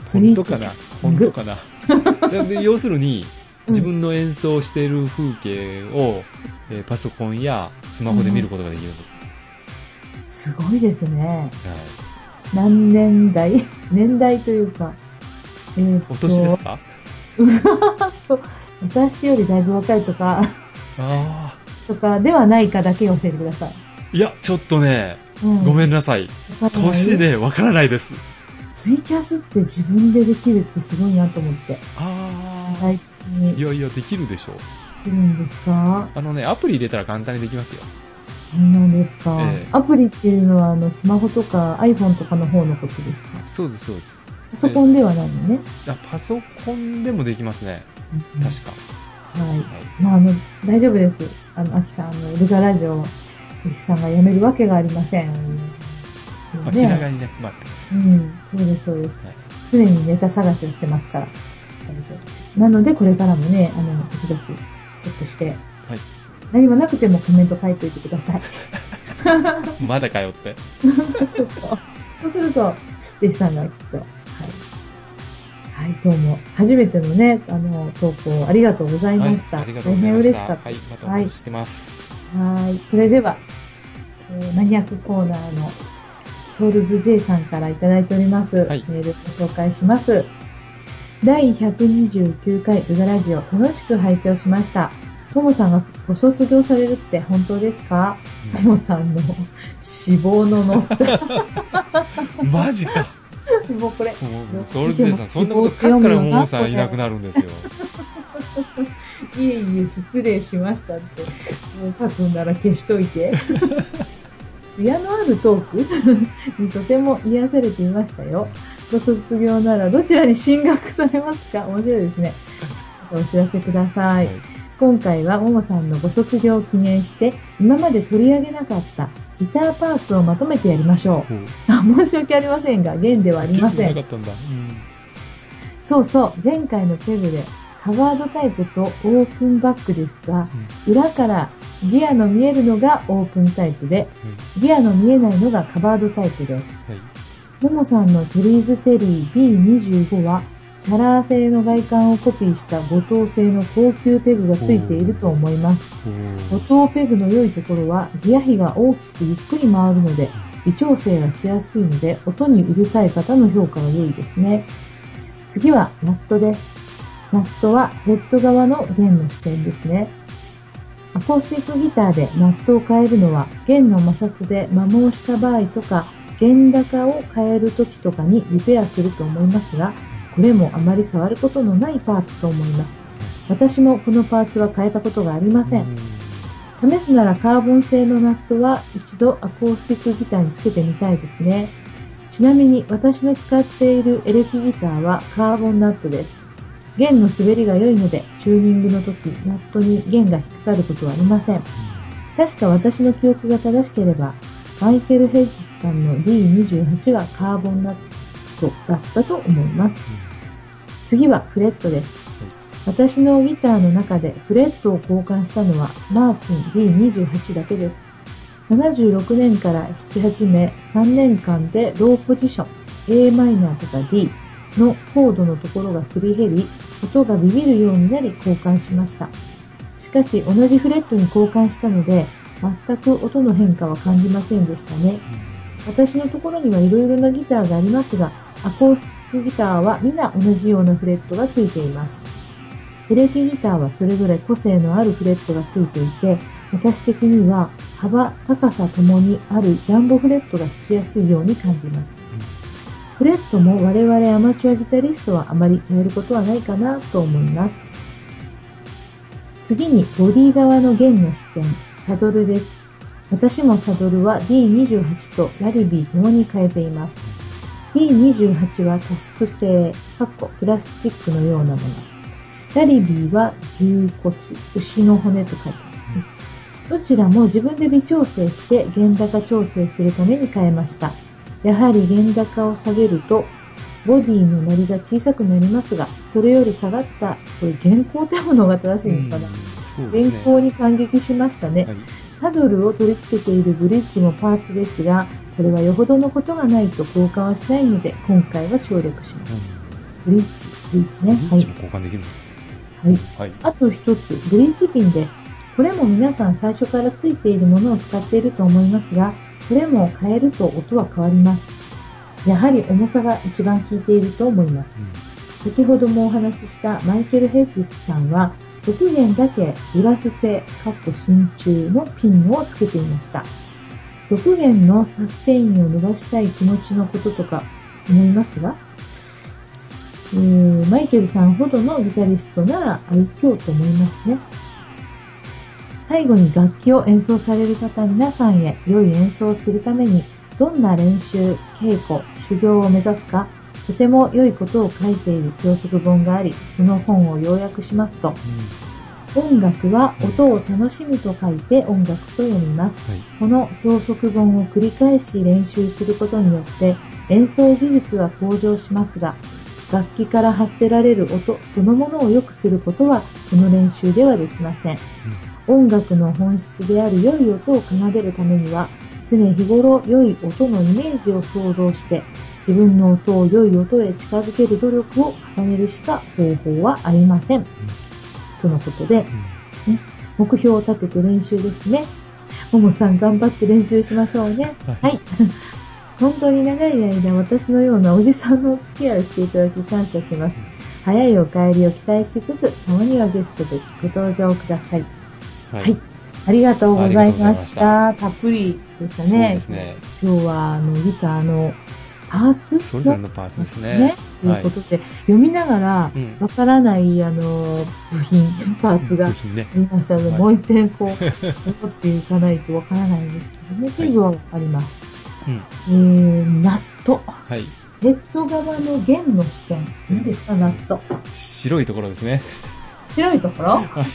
C: ツイ
B: 本
C: ー
B: 当
C: ト
B: かな本当かな (laughs) で要するに、自分の演奏している風景を、えーパソコンやスマホで見ることができるんです。
C: すごいですね。
B: はい。
C: 何年代 (laughs) 年代というか、えーと
B: お年ですか
C: 私よりだいぶ若いとか、 (laughs)
B: ああ。
C: とかではないかだけ教えてください。
B: いや、ちょっとね、
C: うん
B: ごめんなさい。
C: わかんない
B: 年ね、わからないです。
C: ツイキャスって自分でできるってすごいなと思って。
B: あ
C: 最近
B: ー。いやいや、できるでしょう。
C: するんですか
B: あのね、アプリ入れたら簡単にできますよ。
C: そんなんですか、
B: ええ
C: アプリっていうのは、あの、スマホとか iPhone とかの方のことですか
B: そうです、そうです。
C: パソコンではないのね。
B: あパソコンでもできますね。確か。
C: はい。まあ、あの、大丈夫です。あの、アキさん、あの、ルガラジオ、石さんが辞めるわけがありません。
B: まあ、気
C: ね、
B: 長にね、待ってます。
C: うん、そうです、そうです
B: はい。
C: 常にネタ探しをしてますから。大丈夫。なので、これからもね、あの、時々、チェックして、
B: はい
C: 何もなくてもコメント書いておいてください。
B: まだかよって。
C: そうすると、弟子さんがきっと、はい。はい、どうも。初めてのね、あの、投稿ありがとうございました。
B: ありがとうござ
C: 大
B: いま
C: 変嬉
B: し。
C: したかった。
B: はい、またお待ちしてます。
C: はい。それでは、えーマニアックコーナーのソウルズ J さんからいただいております。
B: はい
C: メールをご紹介します。第129回うがラジオ、楽しく拝聴しました。ともさんがご卒業されるって本当ですかともさんの死亡のの、 (laughs)
B: マジか。
C: もうこれ、
B: もう、ソウルズデーさん、そんなこと書くからモモさんいなくなるんですよ。
C: いえいえ、失礼しましたって。もう書くんなら消しといて。艶のあるトーク (laughs) にとても癒されていましたよ。ご卒業ならどちらに進学されますか面白いですね。お知らせください。
B: はい
C: 今回はももさんのご卒業を記念して、今まで取り上げなかったギターパーツをまとめてやりましょう。
B: うん
C: あ申し訳ありませんが、弦ではありません
B: なか。ったんだ。うん
C: そうそう、前回のペグで、カバードタイプとオープンバックですが、裏からギアの見えるのがオープンタイプで、ギアの見えないのがカバードタイプです。
B: はい。
C: ももさんのテリーズテリー B25 は、シャラー製の外観をコピーした五等製の高級ペグが付いていると思います。
B: お
C: 五
B: ー
C: 等ペグの良いところは、ギア比が大きくゆっくり回るので、微調整がしやすいので、音にうるさい方の評価が良いですね。次は、ナットです。ナットはヘッド側の弦の視点ですね。アコースティックギターでナットを変えるのは、弦の摩擦で摩耗した場合とか、弦高を変える時とかにリペアすると思いますが、これもあまり触ることのないパーツと思います。私もこのパーツは変えたことがありません。試すならカーボン製のナットは一度アコースティックギターにつけてみたいですね。ちなみに私の使っているエレキギターはカーボンナットです。弦の滑りが良いので、チューニングの時、ナットに弦が引っかかることはありません。確か私の記憶が正しければ、マイケル・ヘイジスさんの D28 はカーボンナットだったと思います。次はフレットです。私のギターの中でフレットを交換したのはマーチン D28 だけです。76年から弾き始め3年間でローポジション Am とか D のコードのところがすり減り、音がビビるようになり交換しました。しかし同じフレットに交換したので、全く音の変化は感じませんでしたね。私のところにはいろいろなギターがありますが、アコースティックギターは皆同じようなフレットがついています。エレキギターはそれぞれ個性のあるフレットがついていて、私的には幅、高さともにあるジャンボフレットが弾きやすいように感じます。フレットも我々アマチュアギタリストはあまり変えることはないかなと思います。次にボディ側の弦の視点、サドルです。私もサドルは D28 とラリビーともに変えています。D28 はタスク製、かっこプラスチックのようなもの。ラリビーは牛骨、牛の骨と書いてあります。どちらも自分で微調整して弦高調整するために変えました。やはり弦高を下げると、ボディの鳴りが小さくなりますが、それより下がった、これ原稿ってものが正しい
B: うん
C: のかな、
B: そうです
C: 原
B: ね。
C: 稿に感激しましたね
B: は。い
C: サドルを取り付けているブリッジもパーツですが、これはよほどのことがないと交換はしないので、今回は省略します。ブリッジ、ブリッジね。
B: うん。
C: はい
B: リッチ。も交換できるの
C: はい。
B: はい。
C: あと一つ、ブリーチピンです。これも皆さん最初から付いているものを使っていると思いますが、これも変えると音は変わります。やはり重さが一番効いていると思います。先ほどもお話ししたマイケル・ヘッジスさんは、極限だけグラス製、カッコ真鍮のピンをつけていました。極限のサステインを伸ばしたい気持ちのこととか思いますが、えーマイケルさんほどのギタリストなら愛嬌と思いますね。最後に楽器を演奏される方皆さんへ良い演奏をするためにどんな練習、稽古、修行を目指すか、とても良いことを書いている教則本があり、その本を要約しますと、音楽は音を楽しむと書いて音楽と読みます。
B: はい。
C: この教則本を繰り返し練習することによって演奏技術は向上しますが、楽器から発せられる音そのものを良くすることはこの練習ではできません。音楽の本質である良い音を奏でるためには、常日頃良い音のイメージを想像して、自分の音を良い音へ近づける努力を重ねるしか方法はありません。とのことで、目標を立てて練習ですね。ももさん頑張って練習しましょうね。
B: は
C: はい (laughs) い。本当に長い間私のようなおじさんのお付き合いをしていただき感謝します。早いお帰りを期待しつつ、たまにはゲストでご登場ください。
B: は
C: はいありがとうございました。
B: あ
C: たっぷりでした
B: そうで
C: ね。
B: すね。
C: 今日はあのギターのパーツ
B: それぞれのパーツですね。
C: ということで、読みながら
B: うん。
C: わからないあの部品、パーツが
B: 部品ね。
C: ありましたので、
B: はい
C: もう一遍こう、残っていかないとわからないんですけどね、
B: はい
C: 器具はわかります。
B: うん。
C: えー、ナット。
B: はい。
C: ヘッド側の弦の視点。何ですか、ナット。
B: 白いところですね。
C: 白いところはい。
B: はい。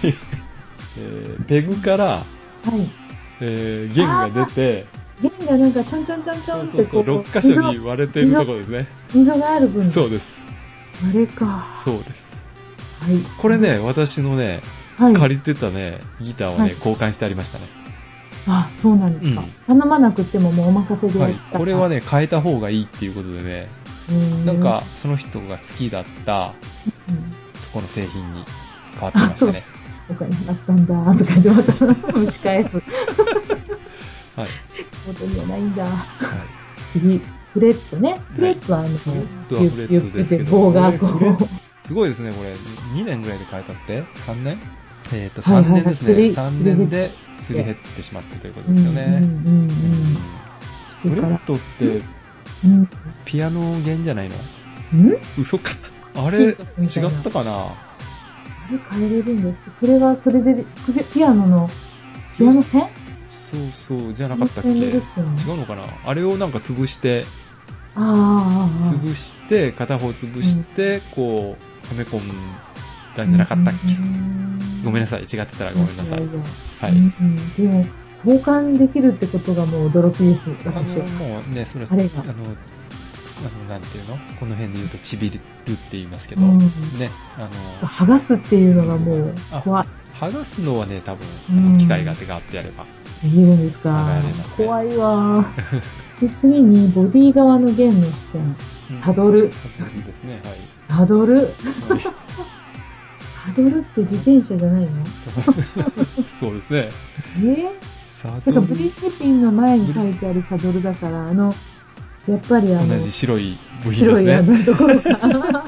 B: えー、ペグから、えー、弦が出て、
C: 弦がなんかちょんちょんちょんちょ
B: そ
C: ん
B: う
C: って
B: そ
C: こ、
B: うそうう、6箇所に割れてるところですね。
C: 溝溝がある分、
B: そうです。
C: あれか。は
B: そうです。
C: い。
B: これね、私のね、
C: はい。
B: 借りてたね、ギターを
C: は
B: ね
C: い、
B: 交換してありましたね。
C: あ、そうなんですか。頼まなくてももうお任せで
B: は
C: や
B: い
C: っ。た。
B: これはね、変えた方がいいっていうことでね、
C: うー、
B: なんか、その人が好きだった、
C: うん、
B: そこの製品に変わってましたね。
C: 僕に話したんだーとか言ってまた蒸し返す。
B: はい。
C: 元にはないんだ。
B: はい
C: 次、フレットね。フレットはあの、
B: フレットはフレットですけど。
C: 棒がこう
B: これすごいですね、これ。2年ぐらいで変えたって ?3 年えっ、と、
C: はい
B: 3
C: はいはい
B: 年です
C: すり
B: ね。3年ですり減ってしまったということですよ
C: うん
B: ね。
C: うんう
B: うん
C: んうん。
B: フレ
C: だか
B: ッ
C: ら、
B: トって、
C: うん。ん
B: ピアノ弦じゃないの嘘か。あれ、
C: ピン
B: (laughs) 違っ
C: クみたいな
B: たかな
C: あれ変えれるんですそれはそれで、ピピアノの、ピアノ線
B: そうそう、じゃなかったっけ
C: ピアノ
B: 違
C: 線
B: う
C: ですよね
B: のかなあれをなんか潰して、
C: あーあー、あー
B: 潰して、片方潰して、こう、はめ込んだんじゃなかったっけごめんな
C: さ
B: さい、違ってたらごめんなさい。はい。
C: うんうんでも、交換できるってことがもう驚きです、
B: あの
C: 私は。
B: もうね、それは
C: あれが
B: あの、あの、なんていうのこの辺で言うと、ちびるって言いますけど、
C: うん
B: ね、あの、
C: 剥がすっていうのがもう怖い。
B: 剥がすのはね、多分、
C: うん
B: 機械が手があってやれば。
C: できるんです
B: 剥が
C: か
B: れますね
C: 怖いわーで次に、ボディ側の弦の視点。
B: た
C: たどる。
B: いいですね、はい。
C: ハドル
B: (laughs) はい
C: ハドルって自転車じゃないの
B: (laughs) そうですね。
C: えー
B: サ
C: だか
B: ド
C: ら
B: ル
C: ブリッジピンの前に書いてあるサドルだから、あの、やっぱりあの
B: 同、じ白い部品
C: 白いあ
B: ですね。
C: のところが、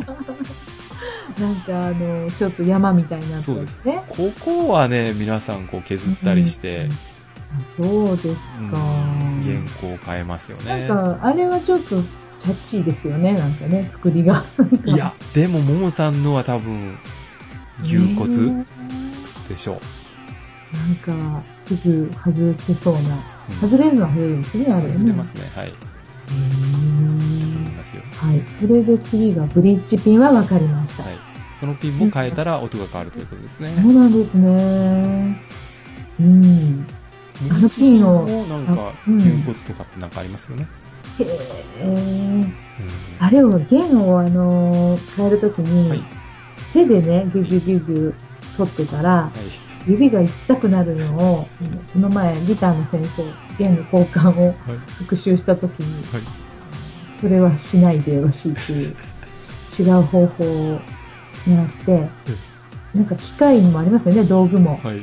C: なんかあの、ちょっと山みたいになって
B: そう
C: ま
B: です
C: すね。。
B: ここはね、皆さんこう削ったりして、
C: あそうです
B: うん
C: か。
B: 原稿を変えますよね。
C: なんか、あれはちょっと、チャッチーですよね、なんかね、作りが。
B: いや、でも、ももさんのは多分、牛骨
C: ねえ
B: でしょう。
C: なんか、すぐ外せそうな。
B: うん
C: 外れるのは早いですね、あれね。
B: 外れますね、はい。
C: うーん
B: 思いますよ。
C: はい。それで次がブリッジピンは分かりました。
B: はい。このピンも変えたら音が変わるということですね
C: そ。うなんですね。うん。あのピンを
B: もなんか、
C: うん
B: 牛骨とかってなんかありますよね。
C: へえ。あれを、弦をあのー変えるときに、
B: はい
C: 手でね、ギュギュギュギュ取ってたら、
B: はい。
C: 指が痛くなるのを、この前ギターの先生、弦の交換を
B: はい。
C: 復習したときに、
B: はい
C: それはしないでよろしいって
B: (laughs)
C: いう、違う方法を狙って、なんか機械もありますよね、道具も。
B: はい。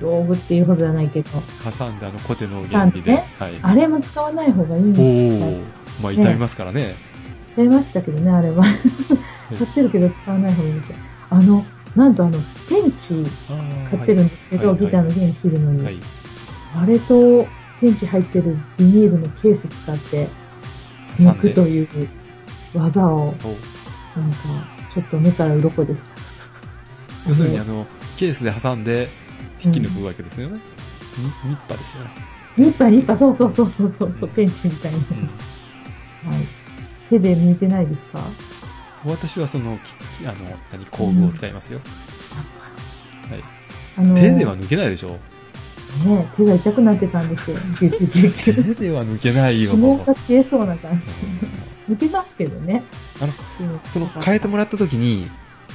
C: 道具っていうほどじゃないけど。
B: 挟んであのコテの原理で。
C: 挟ん
B: はい。
C: あれも使わない方がいいん
B: お
C: で
B: ー。まあ、痛みますからね。
C: す使いましたけどね、あれは。買ってるけど使わない方がいいんですよ。あの、なんとあの、ペンチ
B: あー
C: 買ってるんですけど、
B: はいはい
C: ギターの弦切るのに。
B: はい。
C: あれとセンチ入ってるビニールのケース使って
B: 挟
C: 抜
B: んで
C: くという技を、
B: お
C: なんか、ちょっと目から鱗でした。
B: 要するにあの、ケースで挟んで引き抜くわけですよね。ニニッパーですよね。
C: ニッパーニッパー、そうそうそうそうそうそう、ペンチみたいに。はい。手で抜いてないですか
B: うん、私はその、きあの、何、工具を使いますよ。
C: あの
B: 手では抜けないでしょ
C: ね、手が痛くなってたんですよ。ギュッギュッギュッギ
B: 手
C: ュッ
B: では抜けないよ。
C: (laughs) 指紋が消えそうな感じ。抜けますけどね。
B: あの
C: の
B: その、変えてもらった時に、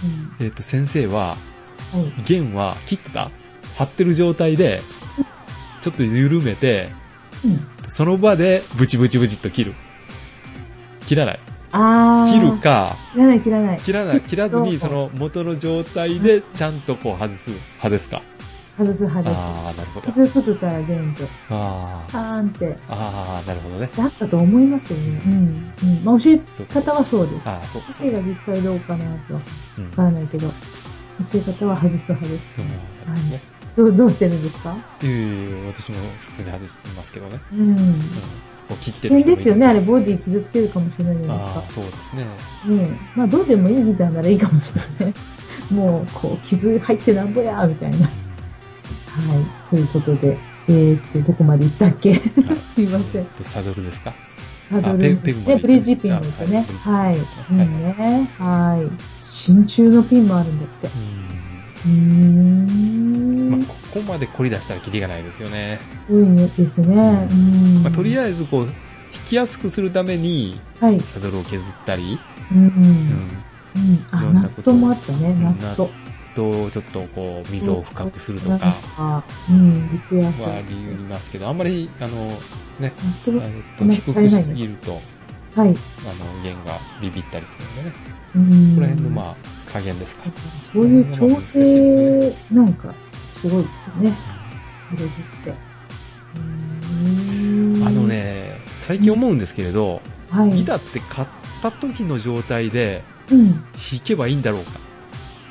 C: うん
B: えっ、と、先生は、
C: はい。
B: 弦は切った張ってる状態で、ちょっと緩めて、
C: うん
B: その場でブチブチブチっと切る。切らない。
C: あー。
B: 切る。か、
C: 切らない切らない。(laughs)
B: 切らない、切らずに
C: そ
B: そうの元の状態でちゃんとこう外す派ですか。
C: 外す外す。
B: あー、なるほど。
C: 外すから全部、
B: あー、
C: パーンって。
B: あー、なるほどね。
C: だったと思いますけどね。うん。うん。まあ、教え
B: そうか
C: 方はそうです。
B: あー、そうかそ
C: 先
B: う
C: 生
B: か。
C: が実際どうかなと。わ
B: うん。
C: からないけど。教え方は外す派です。
B: そうなるほどね。
C: どう、どうしてるんですか
B: いえいえいえ私も普通に外してますけどね。
C: うん。
B: うん。こう切っ
C: 危
B: てる人
C: 険
B: もいる
C: ですよね、あれ、ボディ傷つけるかもしれないじゃないです
B: あ
C: か
B: あ、。そうですね。
C: うん。まあ、どうでもいいギターならいいかもしれない。 (laughs) もう、こう、傷入ってなんぼや、みたいな。はい。ということで、えーっと、どこまで行ったっけ (laughs) すいませ
B: え
C: ん
B: っ。とサドルですか
C: ハード
B: ペ
C: ル
B: グペグまで
C: で、ブリッジピンですよね。
B: あは
C: はいい。
B: ブ
C: いい
B: リッジピン
C: ね。はい。真鍮のピンもあるんだって。
B: う
C: うー
B: ん。まあ
C: ん。、
B: ここまで凝り出したらキリがないですよね。
C: 多いねですね。うん。
B: まあ、とり
C: あ
B: あえずこう、引きやすくするために、
C: えず。はい。
B: サドルを削ったり、
C: うん。
B: うん。
C: うん。あ、
B: いろん
C: ナ
B: な
C: ッ
B: こと
C: トもあったね、ナット。
B: と、ちょっとこう、溝を深くすると
C: なん
B: か、
C: か、うん、リクエスト。
B: はありますけど、あんまり、あの、ね、
C: ナット
B: え
C: も
B: っと、低くしすぎると、
C: はい。
B: あの、弦がビビったりするんでね。
C: うん
B: この辺の、まあ、加減ですか。
C: そういう調整なんか、すごいですよね。これって。うーん
B: あの。ね、最近思うんですけれど、
C: はい。
B: ギターって買った時の状態で
C: うん。
B: 弾けばいいんだろうか。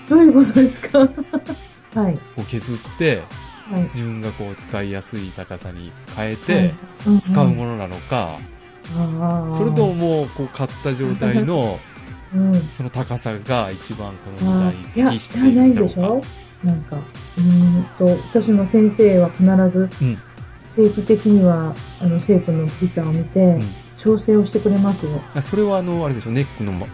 C: どういうことですかはい。
B: こう削って、
C: はい。
B: 自分がこう使いやすい高さに変え
C: は
B: て
C: い、んん
B: 使うものなのか、
C: あー
B: それとももうこう買った状態の
C: うん。
B: その高さが一番この
C: あーい
B: ギターに
C: や、
B: 適し
C: じ
B: て
C: ゃ
B: いる
C: ない
B: んだろ
C: で
B: う
C: し
B: か。
C: ょなんか、うーんと、私の先生は必ず、
B: うん
C: 定期的には、あの、生徒のギターを見て、
B: ん
C: 調整をしてくれますよ。
B: あそれはあの、あれでしょ、ネックの、ま、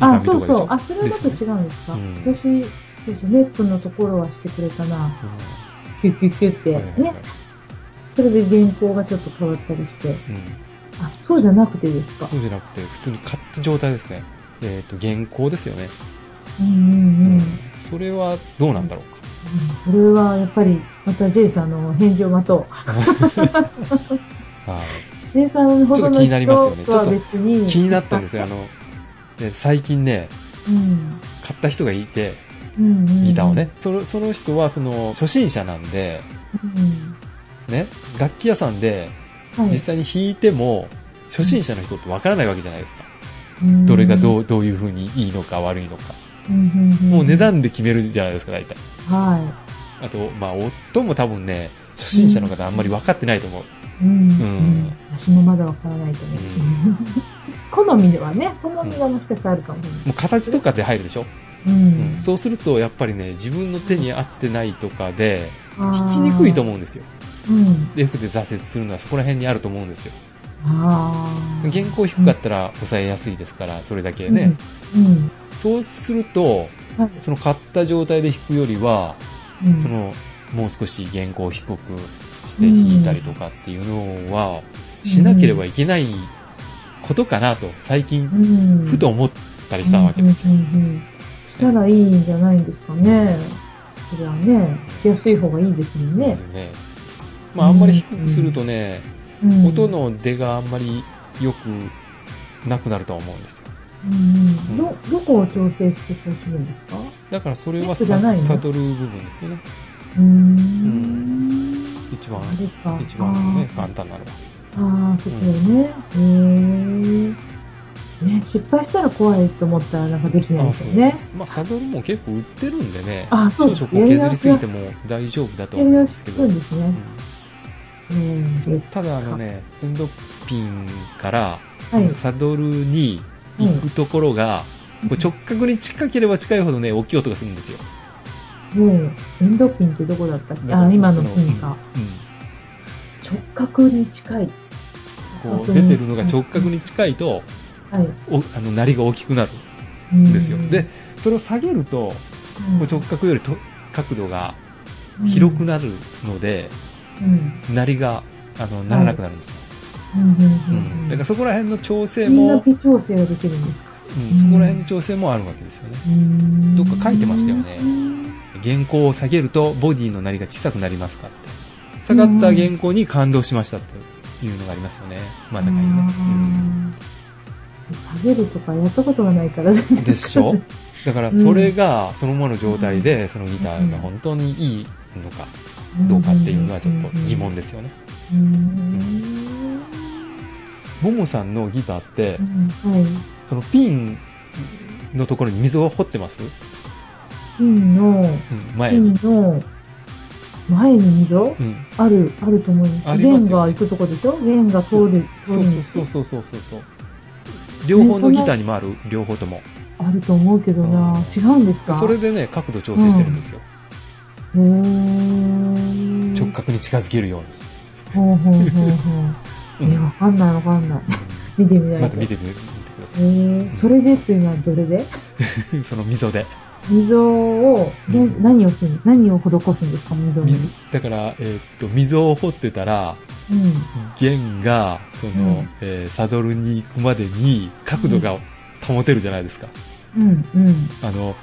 C: あ、そ
B: 痛みと
C: う
B: かでし
C: そ
B: ょ
C: う。あ、それはまた違うんですか。
B: うん
C: 私、そうそう、ネックのところはしてくれたな。キュッキュッキュッってやって
B: うんはい
C: ね。それで原稿がちょっと変わったりして。
B: うん
C: あ、そうじゃなくてですか
B: そ。うじゃなくて、普通に買った状態ですね。えっ、と、原稿ですよね。
C: うんうんうん。
B: それはどうなんだろうか。
C: それはやっぱり、また J さんの返事を待と
B: は
C: う。J さんほどの人とは別
B: い。
C: に。
B: 気になったんですよ、あ。の、で最近ね、
C: うん。
B: 買った人がいて、
C: うんうん、
B: ギターをね。その、その人はその、初心者なんで、
C: うん。
B: ね、楽器屋さんで
C: はい。
B: 実際に弾いても、初心者の人ってわからないわけじゃないですか。
C: うん
B: どれがどう、どういう風にいいのか悪いのか。
C: うんうんん
B: もう値。段で決めるじゃないですか、大体。
C: は
B: あと、まあ、音も多分ね、初心者の方あんまり分かってないと思う。
C: い。うん。
B: うん
C: 私もまだわからないと思う。好みではね、好みがもしかしたらあるかもしれない。
B: もう形とかで入るでしょ、
C: うん
B: そうすると、やっぱりね、自分の手に合ってないとかで、弾
C: 弾
B: きにくいと
C: 思
B: 思うんですよ。
C: う。うん。
B: F で挫折するのはそこら辺にあると思うんですよ。
C: ああ。
B: 原稿低かったら抑えやすいですから、それだけね。
C: うん。うん。
B: そうすると、
C: はい。
B: その買った状態で弾くよりは、
C: うん
B: その、もう少し原稿を低くして弾いたりとかっていうのは、しなければいけないことかなと、最近
C: うん。
B: ふと思ったりしたわけですよ。
C: よ。したらいいんじゃないんですかね。そりゃね、聞きやすい方がいいですもん
B: で
C: ね
B: す。よね。まあ、あんまり低くするとね、
C: うん
B: 音、の出があんまり良くなくなるとは思うんですよ。
C: うんうんど、どこを調整してそうするんですか
B: だからそれは
C: 低くじゃない
B: さ
C: の
B: 悟る部分ですよね。
C: うーん。
B: 一番、
C: あれか。
B: 一番ね、簡単なのは。
C: あーあー、そうですよね。へーね、失敗したら怖いと思ったらなんかできないですよね。
B: まあ、サドルも結構売ってるんでね、
C: あそう
B: 少々こう削りすぎても大丈夫だと
C: や
B: 思
C: り
B: うん
C: 直
B: で
C: し
B: すけ
C: く
B: ど。
C: んですね。うん。
B: ただあのね、エンドピンから、
C: はい。
B: サドルに行くところが、こう直角に近ければ近いほどね、大きい音がするんですよ。
C: うん。エンドピンってどこだったっけあ、今のピンか。
B: う
C: 直角に近い。
B: ん。うん。こう出てるのが直角に近いと、
C: はい。
B: おあの、鳴りが大きくなる
C: うん
B: んですよ。で、、それを下げると、こう直角よりと角度が広く
C: な
B: なるので、
C: うん。
B: 鳴りが、あの、ならなくなるんですよ。
C: うんう
B: うん
C: う
B: ん。だから
C: ん。
B: そこら辺の調整
C: みんな
B: も、
C: 微調整ができるんですか
B: うん、そこら辺の調整もあるわけですよね。どっか書いてましたよね原稿を下げるとボディのなりが小さくなりますかって。下がった原稿に感動しましたっていうのがありますよね。まあ、中にね。
C: 下げるとかやったことがないから
B: うん、でしょだからそれがそのままの状態でそのギターが本当にいいのか (laughs) どうかっていうのはちょっと疑問ですよね。
C: うん
B: ももさんのギターって
C: うんはい
B: そのピンのところに溝を掘ってます、
C: ピンの
B: うん、
C: ピ
B: 前に。
C: ンの前に溝
B: うん。
C: あるあると思いま
B: あ
C: す
B: りますよ
C: 弦が行くとこでしょ弦が通る通
B: そう
C: る道
B: そうそうそうそうそう。両方のギターにもある、両方とも。
C: あると思うけどな
B: う
C: 違うんですか
B: それでね、角度調整してるんですよ。
C: うーん
B: 直角に近づけるように。
C: ほうほうほうほう
B: うん
C: え、わかんないわかんない。見てみないと。
B: また見てみてくだ
C: えー、それでっていうのはどれで
B: さい。その溝で。
C: 溝を、で
B: うん
C: 何をするの何を施すんですか溝に。
B: 水だから、えーっと、溝を掘ってたら、
C: うん。
B: 弦が、その、
C: うん
B: えーサドルに行くまでに角度が保てるじゃないですか。
C: うん、うん。
B: あの、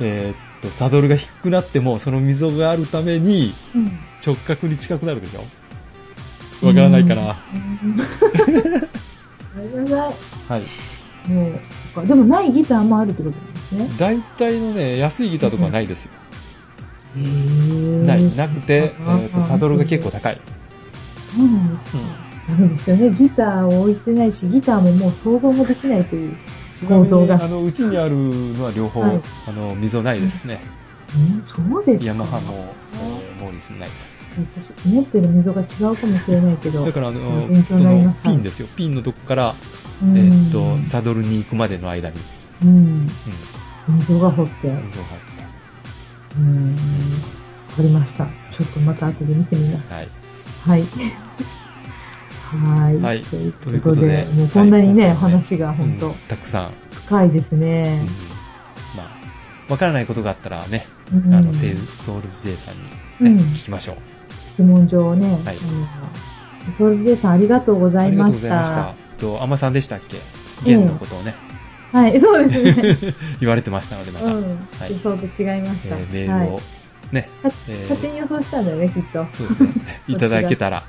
B: えーっと、サドルが低くなっても、その溝があるために
C: うん。
B: 直角に近くなるでしょわからないから。
C: うん。ごめんなさ
B: はい。
C: い。もう、そっかでもないギターもあるってことなんですね。
B: 大体のね、安いギターとかはないですよ。
C: えー
B: ない。なくて、えーっと、サドルが結構。高い。
C: そうなんですか。
B: うん
C: なんですよね。ギターを置いてないし、ギターももう想像もできないという。
B: ちなみ
C: 構造
B: に、
C: が
B: あの、うちにあるのは両方、
C: はい
B: あの、溝ないですね。
C: うん、そうですか。
B: ヤマハも、えー、モーリスないです。
C: 私、思ってる溝が違うかもしれないけど。
B: だから、あの
C: 勉、強
B: そ
C: になり
B: の
C: まし、た
B: ピンですよ。ピンのとこから、
C: うん
B: えーっと、サドルに行くまでの間に、
C: うん。
B: うん、
C: 溝が掘って。
B: 溝があっ
C: うん。わかりました。ちょっとまた後で見てみます。
B: た。はい。
C: はい。はい。
B: はい
C: という
B: ということで
C: もうこんなにね、
B: はい
C: 話が本
B: うん
C: 当
B: たくさん、
C: 深いです
B: うん
C: ね。
B: まあ、わからないことがあったらね、
C: うん
B: あの、セール、ソウルズ J さんに、ね
C: うん
B: 聞きましょう。
C: 質問状をね。
B: はい
C: あのソウルジェイさんありがとうござ
B: あ
C: い
B: りが
C: ま
B: とうご
C: し
B: ざいました
C: た。。
B: えっと、アマさんでしたっけ弦のことをね、
C: はい、そうです
B: (laughs)
C: ね。
B: 言われてましたので、また、
C: うん
B: はい
C: 予想と違いま
B: え
C: した。
B: ーメールを、
C: はい
B: ね、
C: 勝
B: えー
C: 勝手に予想したんだよね、きっと。
B: そうですね、
C: (laughs)
B: いただけたら、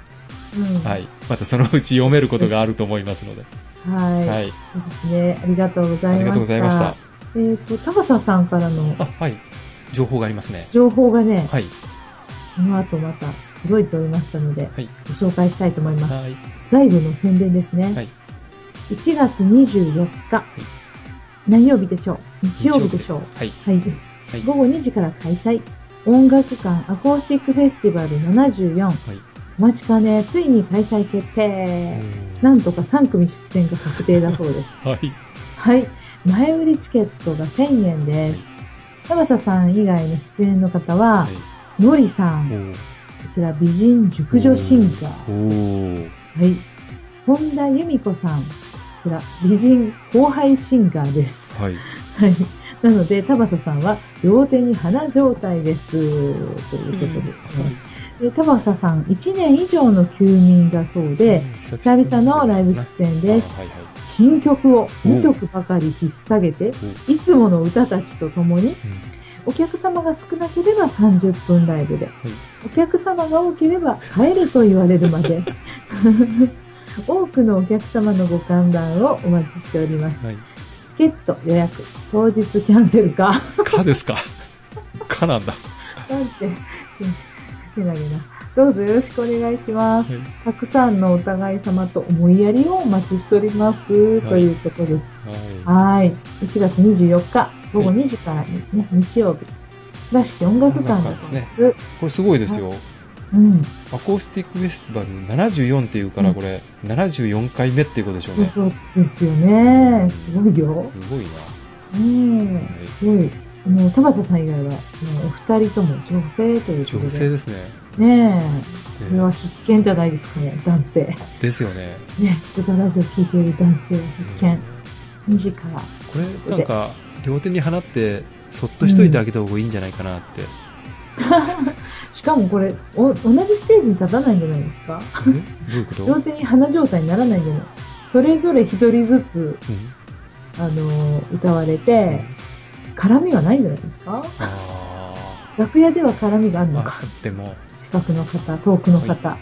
C: うん
B: はい。またそのうち読めることがあると思いますので。
C: はい。。
B: はいい。
C: そうですね。ありがとうございました。
B: ありがとうございました。。
C: えっ、と、高ささんからの
B: あ、はい。情報がありますね。
C: 情報がね、
B: はい。
C: この後また届いておりましたので、
B: はい
C: ご紹介したいと思います。
B: はい。
C: ライブの宣伝ですね。
B: はい
C: 1月24日、何曜日でしょう日曜日でしょう
B: すはい。
C: はい。
B: はい
C: 午後2時から開催。音楽館アコースティックフェスティバル74。
B: い
C: お待ちかね、ついに開催決定。なんとか3組出演が確定だそうです。
B: はい。
C: はい。前売りチケットが1000円です。山佐さん以外の出演の方は、のりさん、
B: お
C: こ
B: ー
C: ちら美人熟女シンガー、
B: おー
C: はい。本田由美子さん、こちら美人後輩シンガーです。
B: はい。
C: はい。なので、田畑さんは両手に花状態です。ということですね。で田畑さん、1年以上の休眠だそうで、久々のライブ出演です。
B: あはいはい。
C: 新曲を
B: お
C: 2曲ばかり引っ提げて、いつもの歌たちと共に、お客様が少なければ30分ライブで、お客様が多ければ帰れと言われるまで、 (laughs) 多くのお客様のご観覧をお待ちしております。
B: はい。
C: チケット予約、当日キャンセル
B: (laughs)
C: か。
B: かですか。かなんだ。
C: なんて、けなげな。どうぞよろしくお願いします。
B: はい
C: たくさんのお互い様と思いやりをお待ちしております。
B: はい
C: ということです。
B: は
C: はい。1月24日、午後2時からですね、日曜日。倉敷音楽館で
B: 音楽館ですね
C: す。
B: い。これすごいですよ。
C: うん。
B: アコースティックフェスティバル74っていうか
C: う
B: ら
C: ん
B: これ、74回目っていうことでしょう
C: そう
B: ね。
C: そうですよね。すごいよ。
B: すごいな。
C: ね
B: はい
C: え。すごい。もう、田畑さん以外は、もうお二人とも女性ということで。
B: 女性ですね。
C: ねえ。
B: え
C: これは必見じゃないですかね、男性。
B: ですよね。
C: ね、ルカラジオ聞いている男性必見。2時から。
B: これ、なんか、両手に放って、そっとしといてあげた方がいいんじゃないかなって。
C: しかもこれ、お、同じステージに立たないんじゃないですか
B: えどういうこと、う
C: 両手に鼻状態にならないんじゃないそれぞれ一人ずつ、
B: ん、
C: あのー歌われて、絡みはないんじゃないですか
B: あ
C: 楽屋では絡みがある
B: ー、
C: の
B: ま
C: か。
B: あ、でも、は
C: 近くの方、遠くの方、
B: い、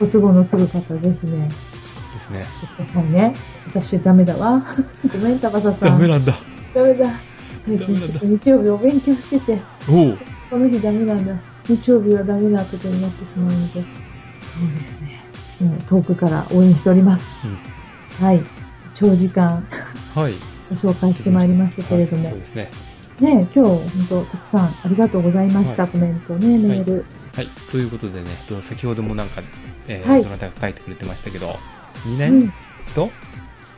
C: お都合のつぐ方、ぜひね、
B: ですね。
C: 来てくださいね。私ダメだ
B: (laughs)
C: わ。ごめん、田畑さん。
B: ダメなんだ。
C: ダメだ。最
B: ダメ
C: 近
B: なんだ
C: ちょっと日曜日お勉強してて、
B: おお、
C: この日ダメなんだ。日曜日はダメなことになってしまうので。そうですね。もう遠くから応援しております。はい。長時間
B: はい。
C: ご紹介してまいりましたけれども。
B: はいそう
C: ね
B: ですね。
C: 今日本当たくさんありがとうございました。
B: はい
C: コメントね、メール。
B: はい。ということでね、と先ほどもなんか、えー
C: はい
B: どなたか書いてくれてましたけど、
C: う
B: 2
C: ん
B: 年と、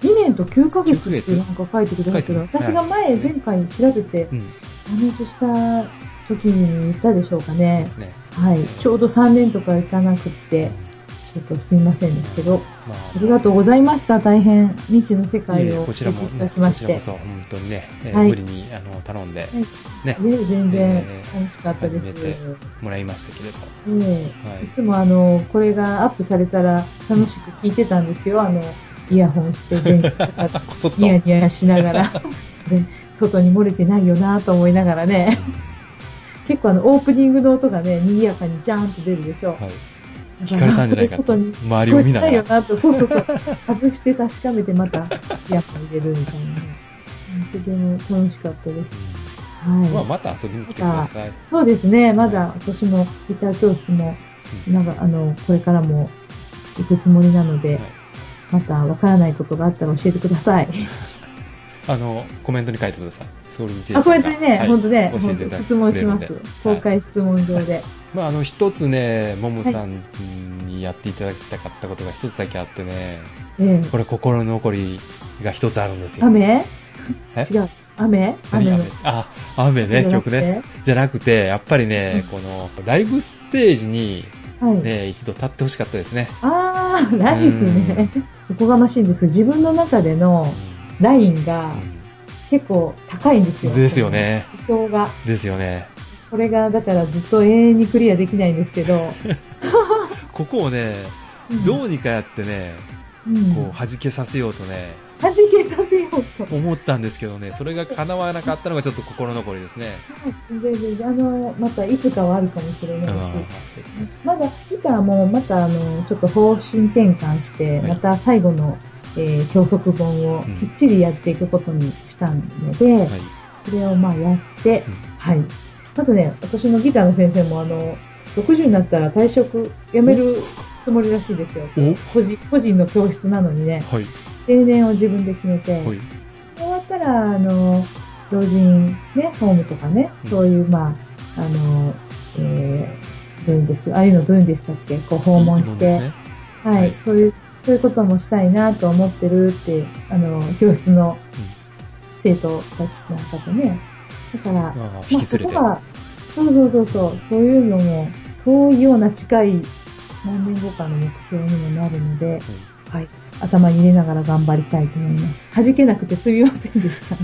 C: 2年と9ヶ月
B: 9
C: ってなんか書いてくださってる。
B: 書いてます
C: 私が前、前回調べて
B: うん、で
C: お話しした時に言ったでしょうかね。
B: すね。
C: はい。ちょうど3年とか行かなくって、ちょっとすいませんですけど、
B: まあ
C: ありがとうございました。大変未知の世
B: いえい
C: 界
B: え
C: を
B: こちらも、
C: 教えていた
B: ね、
C: だき
B: こ
C: ま
B: ち
C: し
B: らこ
C: て。
B: そ、本当にね、えー
C: はい
B: 無理にあの頼んでね、
C: いえ全然
B: え
C: 楽しかったです。
B: 初めてもらいましたけれど、
C: え
B: は
C: えい
B: い。
C: つもあの、これがアップされたら楽しく聞いてたんですよ。あの、イヤホンして、電気とか
B: こ (laughs) そっと。
C: ニヤニヤしなが
B: (laughs)
C: ら。で外に漏れてないよなと思いながらね。結構あの、オープニングの音がね、賑やかにジャーンと出るでしょ。
B: はい。
C: だ
B: 聞かれたんじゃないか
C: こ
B: と。
C: ううことに
B: 周りを見なが
C: 聞こえ
B: ら。
C: たよなと、そうそうそう。外して確かめてまた、イヤホン入れるみたいなね。とても楽しかったです。
B: うんまあ、
C: は
B: また遊びに来てください。
C: い。そうですね。まだ私もギター教室も、なんかあの、これからも行くつもりなので
B: はい、
C: またわからないことがあったら教えてください。
B: あの、コメントに書いてください。ソウルジェイさんが
C: あ、こうやってね、
B: はい
C: 本当ね、
B: 教えていただ
C: 質問します
B: くれるんで。
C: 公開質問上で。
B: まあ、あの、一つね、ももさんにやっていただきたかったことが一つだけあってね、
C: ええ
B: これ心残りが一つあるんですよ。
C: 雨
B: え
C: 違う。雨
B: 何雨
C: の。
B: あ、雨ね、曲ね。。じゃなくて、やっぱりね、この、ライブステージに
C: はい。
B: ね、一度立ってほしかったですね。
C: あー、ライブね。おこがましいんですけど、自分の中での
B: う
C: ラインが
B: ん
C: 結構高いんですよ。
B: ですよ。ね。
C: 理想が。
B: ですよね。
C: これが、だからずっと永遠にクリアできないんですけど。
B: ここをね、 (laughs) どうにかやってね、
C: うん
B: こう、弾けさせようとね、
C: 弾けさせようと。
B: 思ったんですけどね、それが叶わなかったのがちょっと心残りですね。
C: 全然、あの、またいつかはあるかもしれ
B: う
C: ないし。
B: ん
C: まだギターも、またあの、ちょっと方針転換して、
B: はい
C: また最後の、えー教則本を
B: うん
C: きっちりやっていくことにしたので、
B: はい。
C: それをまあやって、
B: ん
C: はい。あとね、私のギターの先生もあの、60になったら退職、辞めるつもりらしいですよ。
B: お
C: 個人個人の教室なのにね、
B: はい。
C: 定年を自分で決めて、
B: はい。
C: 終わったら、あの、老人、ね、ホームとかね、
B: うん
C: そういう、まあ、あの、えー、どういうんですああいうのどういうんでしたっけこう訪問して、
B: いいもんですね
C: はい、
B: はい
C: そういう、そういうこともしたいなと思ってるって、あの、教室の生徒たちなんかとね。だから、ま
B: ああ、引
C: あ
B: き
C: そ
B: 連れ
C: こ
B: て。
C: は、そうそうそうそう、そういうのも、遠いような近い何年後かの目標にもなるので、はい、頭に入れながら頑張りたいと思います。弾けなくてすみませんで (laughs) した。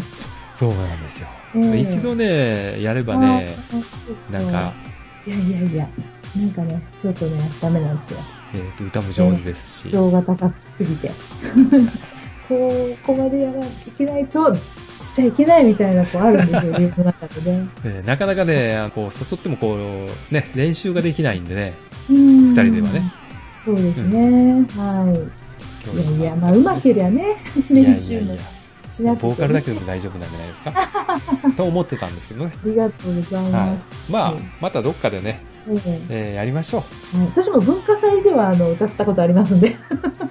B: そうなんですよ。
C: うん
B: 一度ね、やればね、
C: あー
B: なんか、、
C: いやいやいや、なんかね、ちょっとね、ダメなんですよ。
B: えっと、歌も上手ですし、
C: 情が高すぎて。 (laughs) こう、ここまでやらなきゃいけないと、しちゃいけないみたいな、こうあるんです
B: (laughs)
C: よ、自分の中でね。
B: えーなかなかね、こう、誘ってもこう、ね、練習ができないんでね、
C: 二
B: 二人ではね。
C: そうですね、は
B: 今
C: い。
B: 日
C: いやいや、まあ、うまけりゃね、
B: いや
C: 練
B: いや
C: 習
B: い
C: も
B: や。
C: しなくて、ね。
B: ボーカルだけでも大丈夫なんじゃないですか
C: (laughs)
B: と思ってたんですけどね。
C: ありがとうござい
B: は
C: ます。
B: い。まあ、またどっかでね、
C: ええ
B: えーやりましょう。
C: はい、私も文化祭ではあの歌ったことありますんで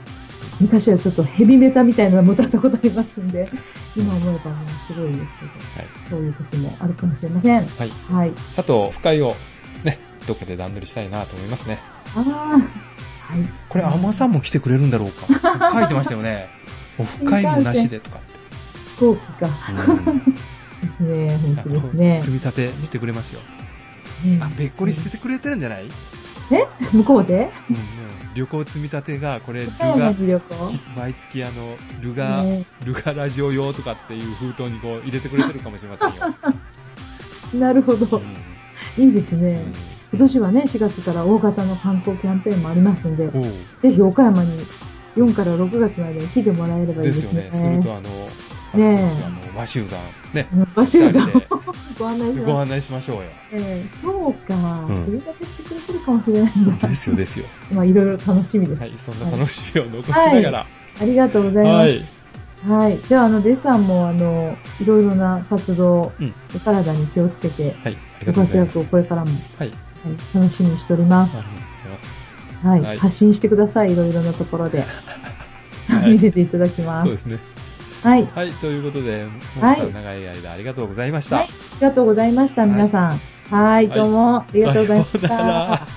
C: (laughs) 昔はちょっとヘビメタみたいなのも歌ったことありますんで今思えばもうすごいですけど、
B: はい
C: そういう時もあるかもしれません
B: はい。
C: はい
B: あと、不快を、ね、どっかで段取りしたいなと思いますね。
C: ああ。はい。
B: これ、アマさんも来てくれるんだろ
C: (laughs)
B: うか。書いてましたよね。オフ会もなしでとかって。
C: 飛行機か。ですねえ、本当ですね。
B: 積み立てしてくれますよ。
C: うん
B: あ、べっこりしててくれてるんじゃない、うん
C: 向こうで
B: 旅行積み立てが、これ、ル
C: 岡山
B: ガ
C: の、旅行
B: 毎月あの、ルガ、
C: ね
B: ルガラジオ用とかっていう封筒にこう入れてくれてるかもしれません
C: (laughs)
B: よ。
C: なるほ
B: う
C: ど
B: ん。
C: いいですね。
B: う
C: 今年はね、4月から大型の観光キャンペーンもありますんで、
B: んおう
C: ぜひ岡山に4から6月まで来てもらえればいい
B: で
C: ですす
B: よね
C: ね。。
B: するとあの、あ
C: ねえ
B: あの、マシューさん、ね、
C: うん場所が
B: 二人
C: ご案内し
B: でご
C: ま
B: 案内しましょうよ。
C: す。ええそうか。
B: うん
C: 積み立てしてくれてるかもしれないんだ。
B: ですよ、ですよ。
C: まあ、いろいろ楽しみです。
B: はい、そんな楽しみを残しながら。
C: ありがとうございます。
B: はい。
C: はい。では、あの、デシさんも、あの、いろいろな活動、
B: うん
C: お体に気をつけて、
B: はい、あり
C: ご
B: がとうご
C: 活
B: ざいます。
C: 躍
B: は、
C: をこれからも、はいい、楽しみにしておりま
B: あり
C: す。
B: がとうございます。
C: はい。
B: はい
C: 発信してください。いろいろなところで。
B: はい
C: (laughs) 見せていただきま
B: そう
C: す。
B: ですね。
C: はい。あ
B: はい、ということで、
C: は
B: はいい、長い間ありがとうございました。
C: はいりがとうございました、皆さん。はい、どうも、ありがとうございまし
B: さような
C: た
B: ら。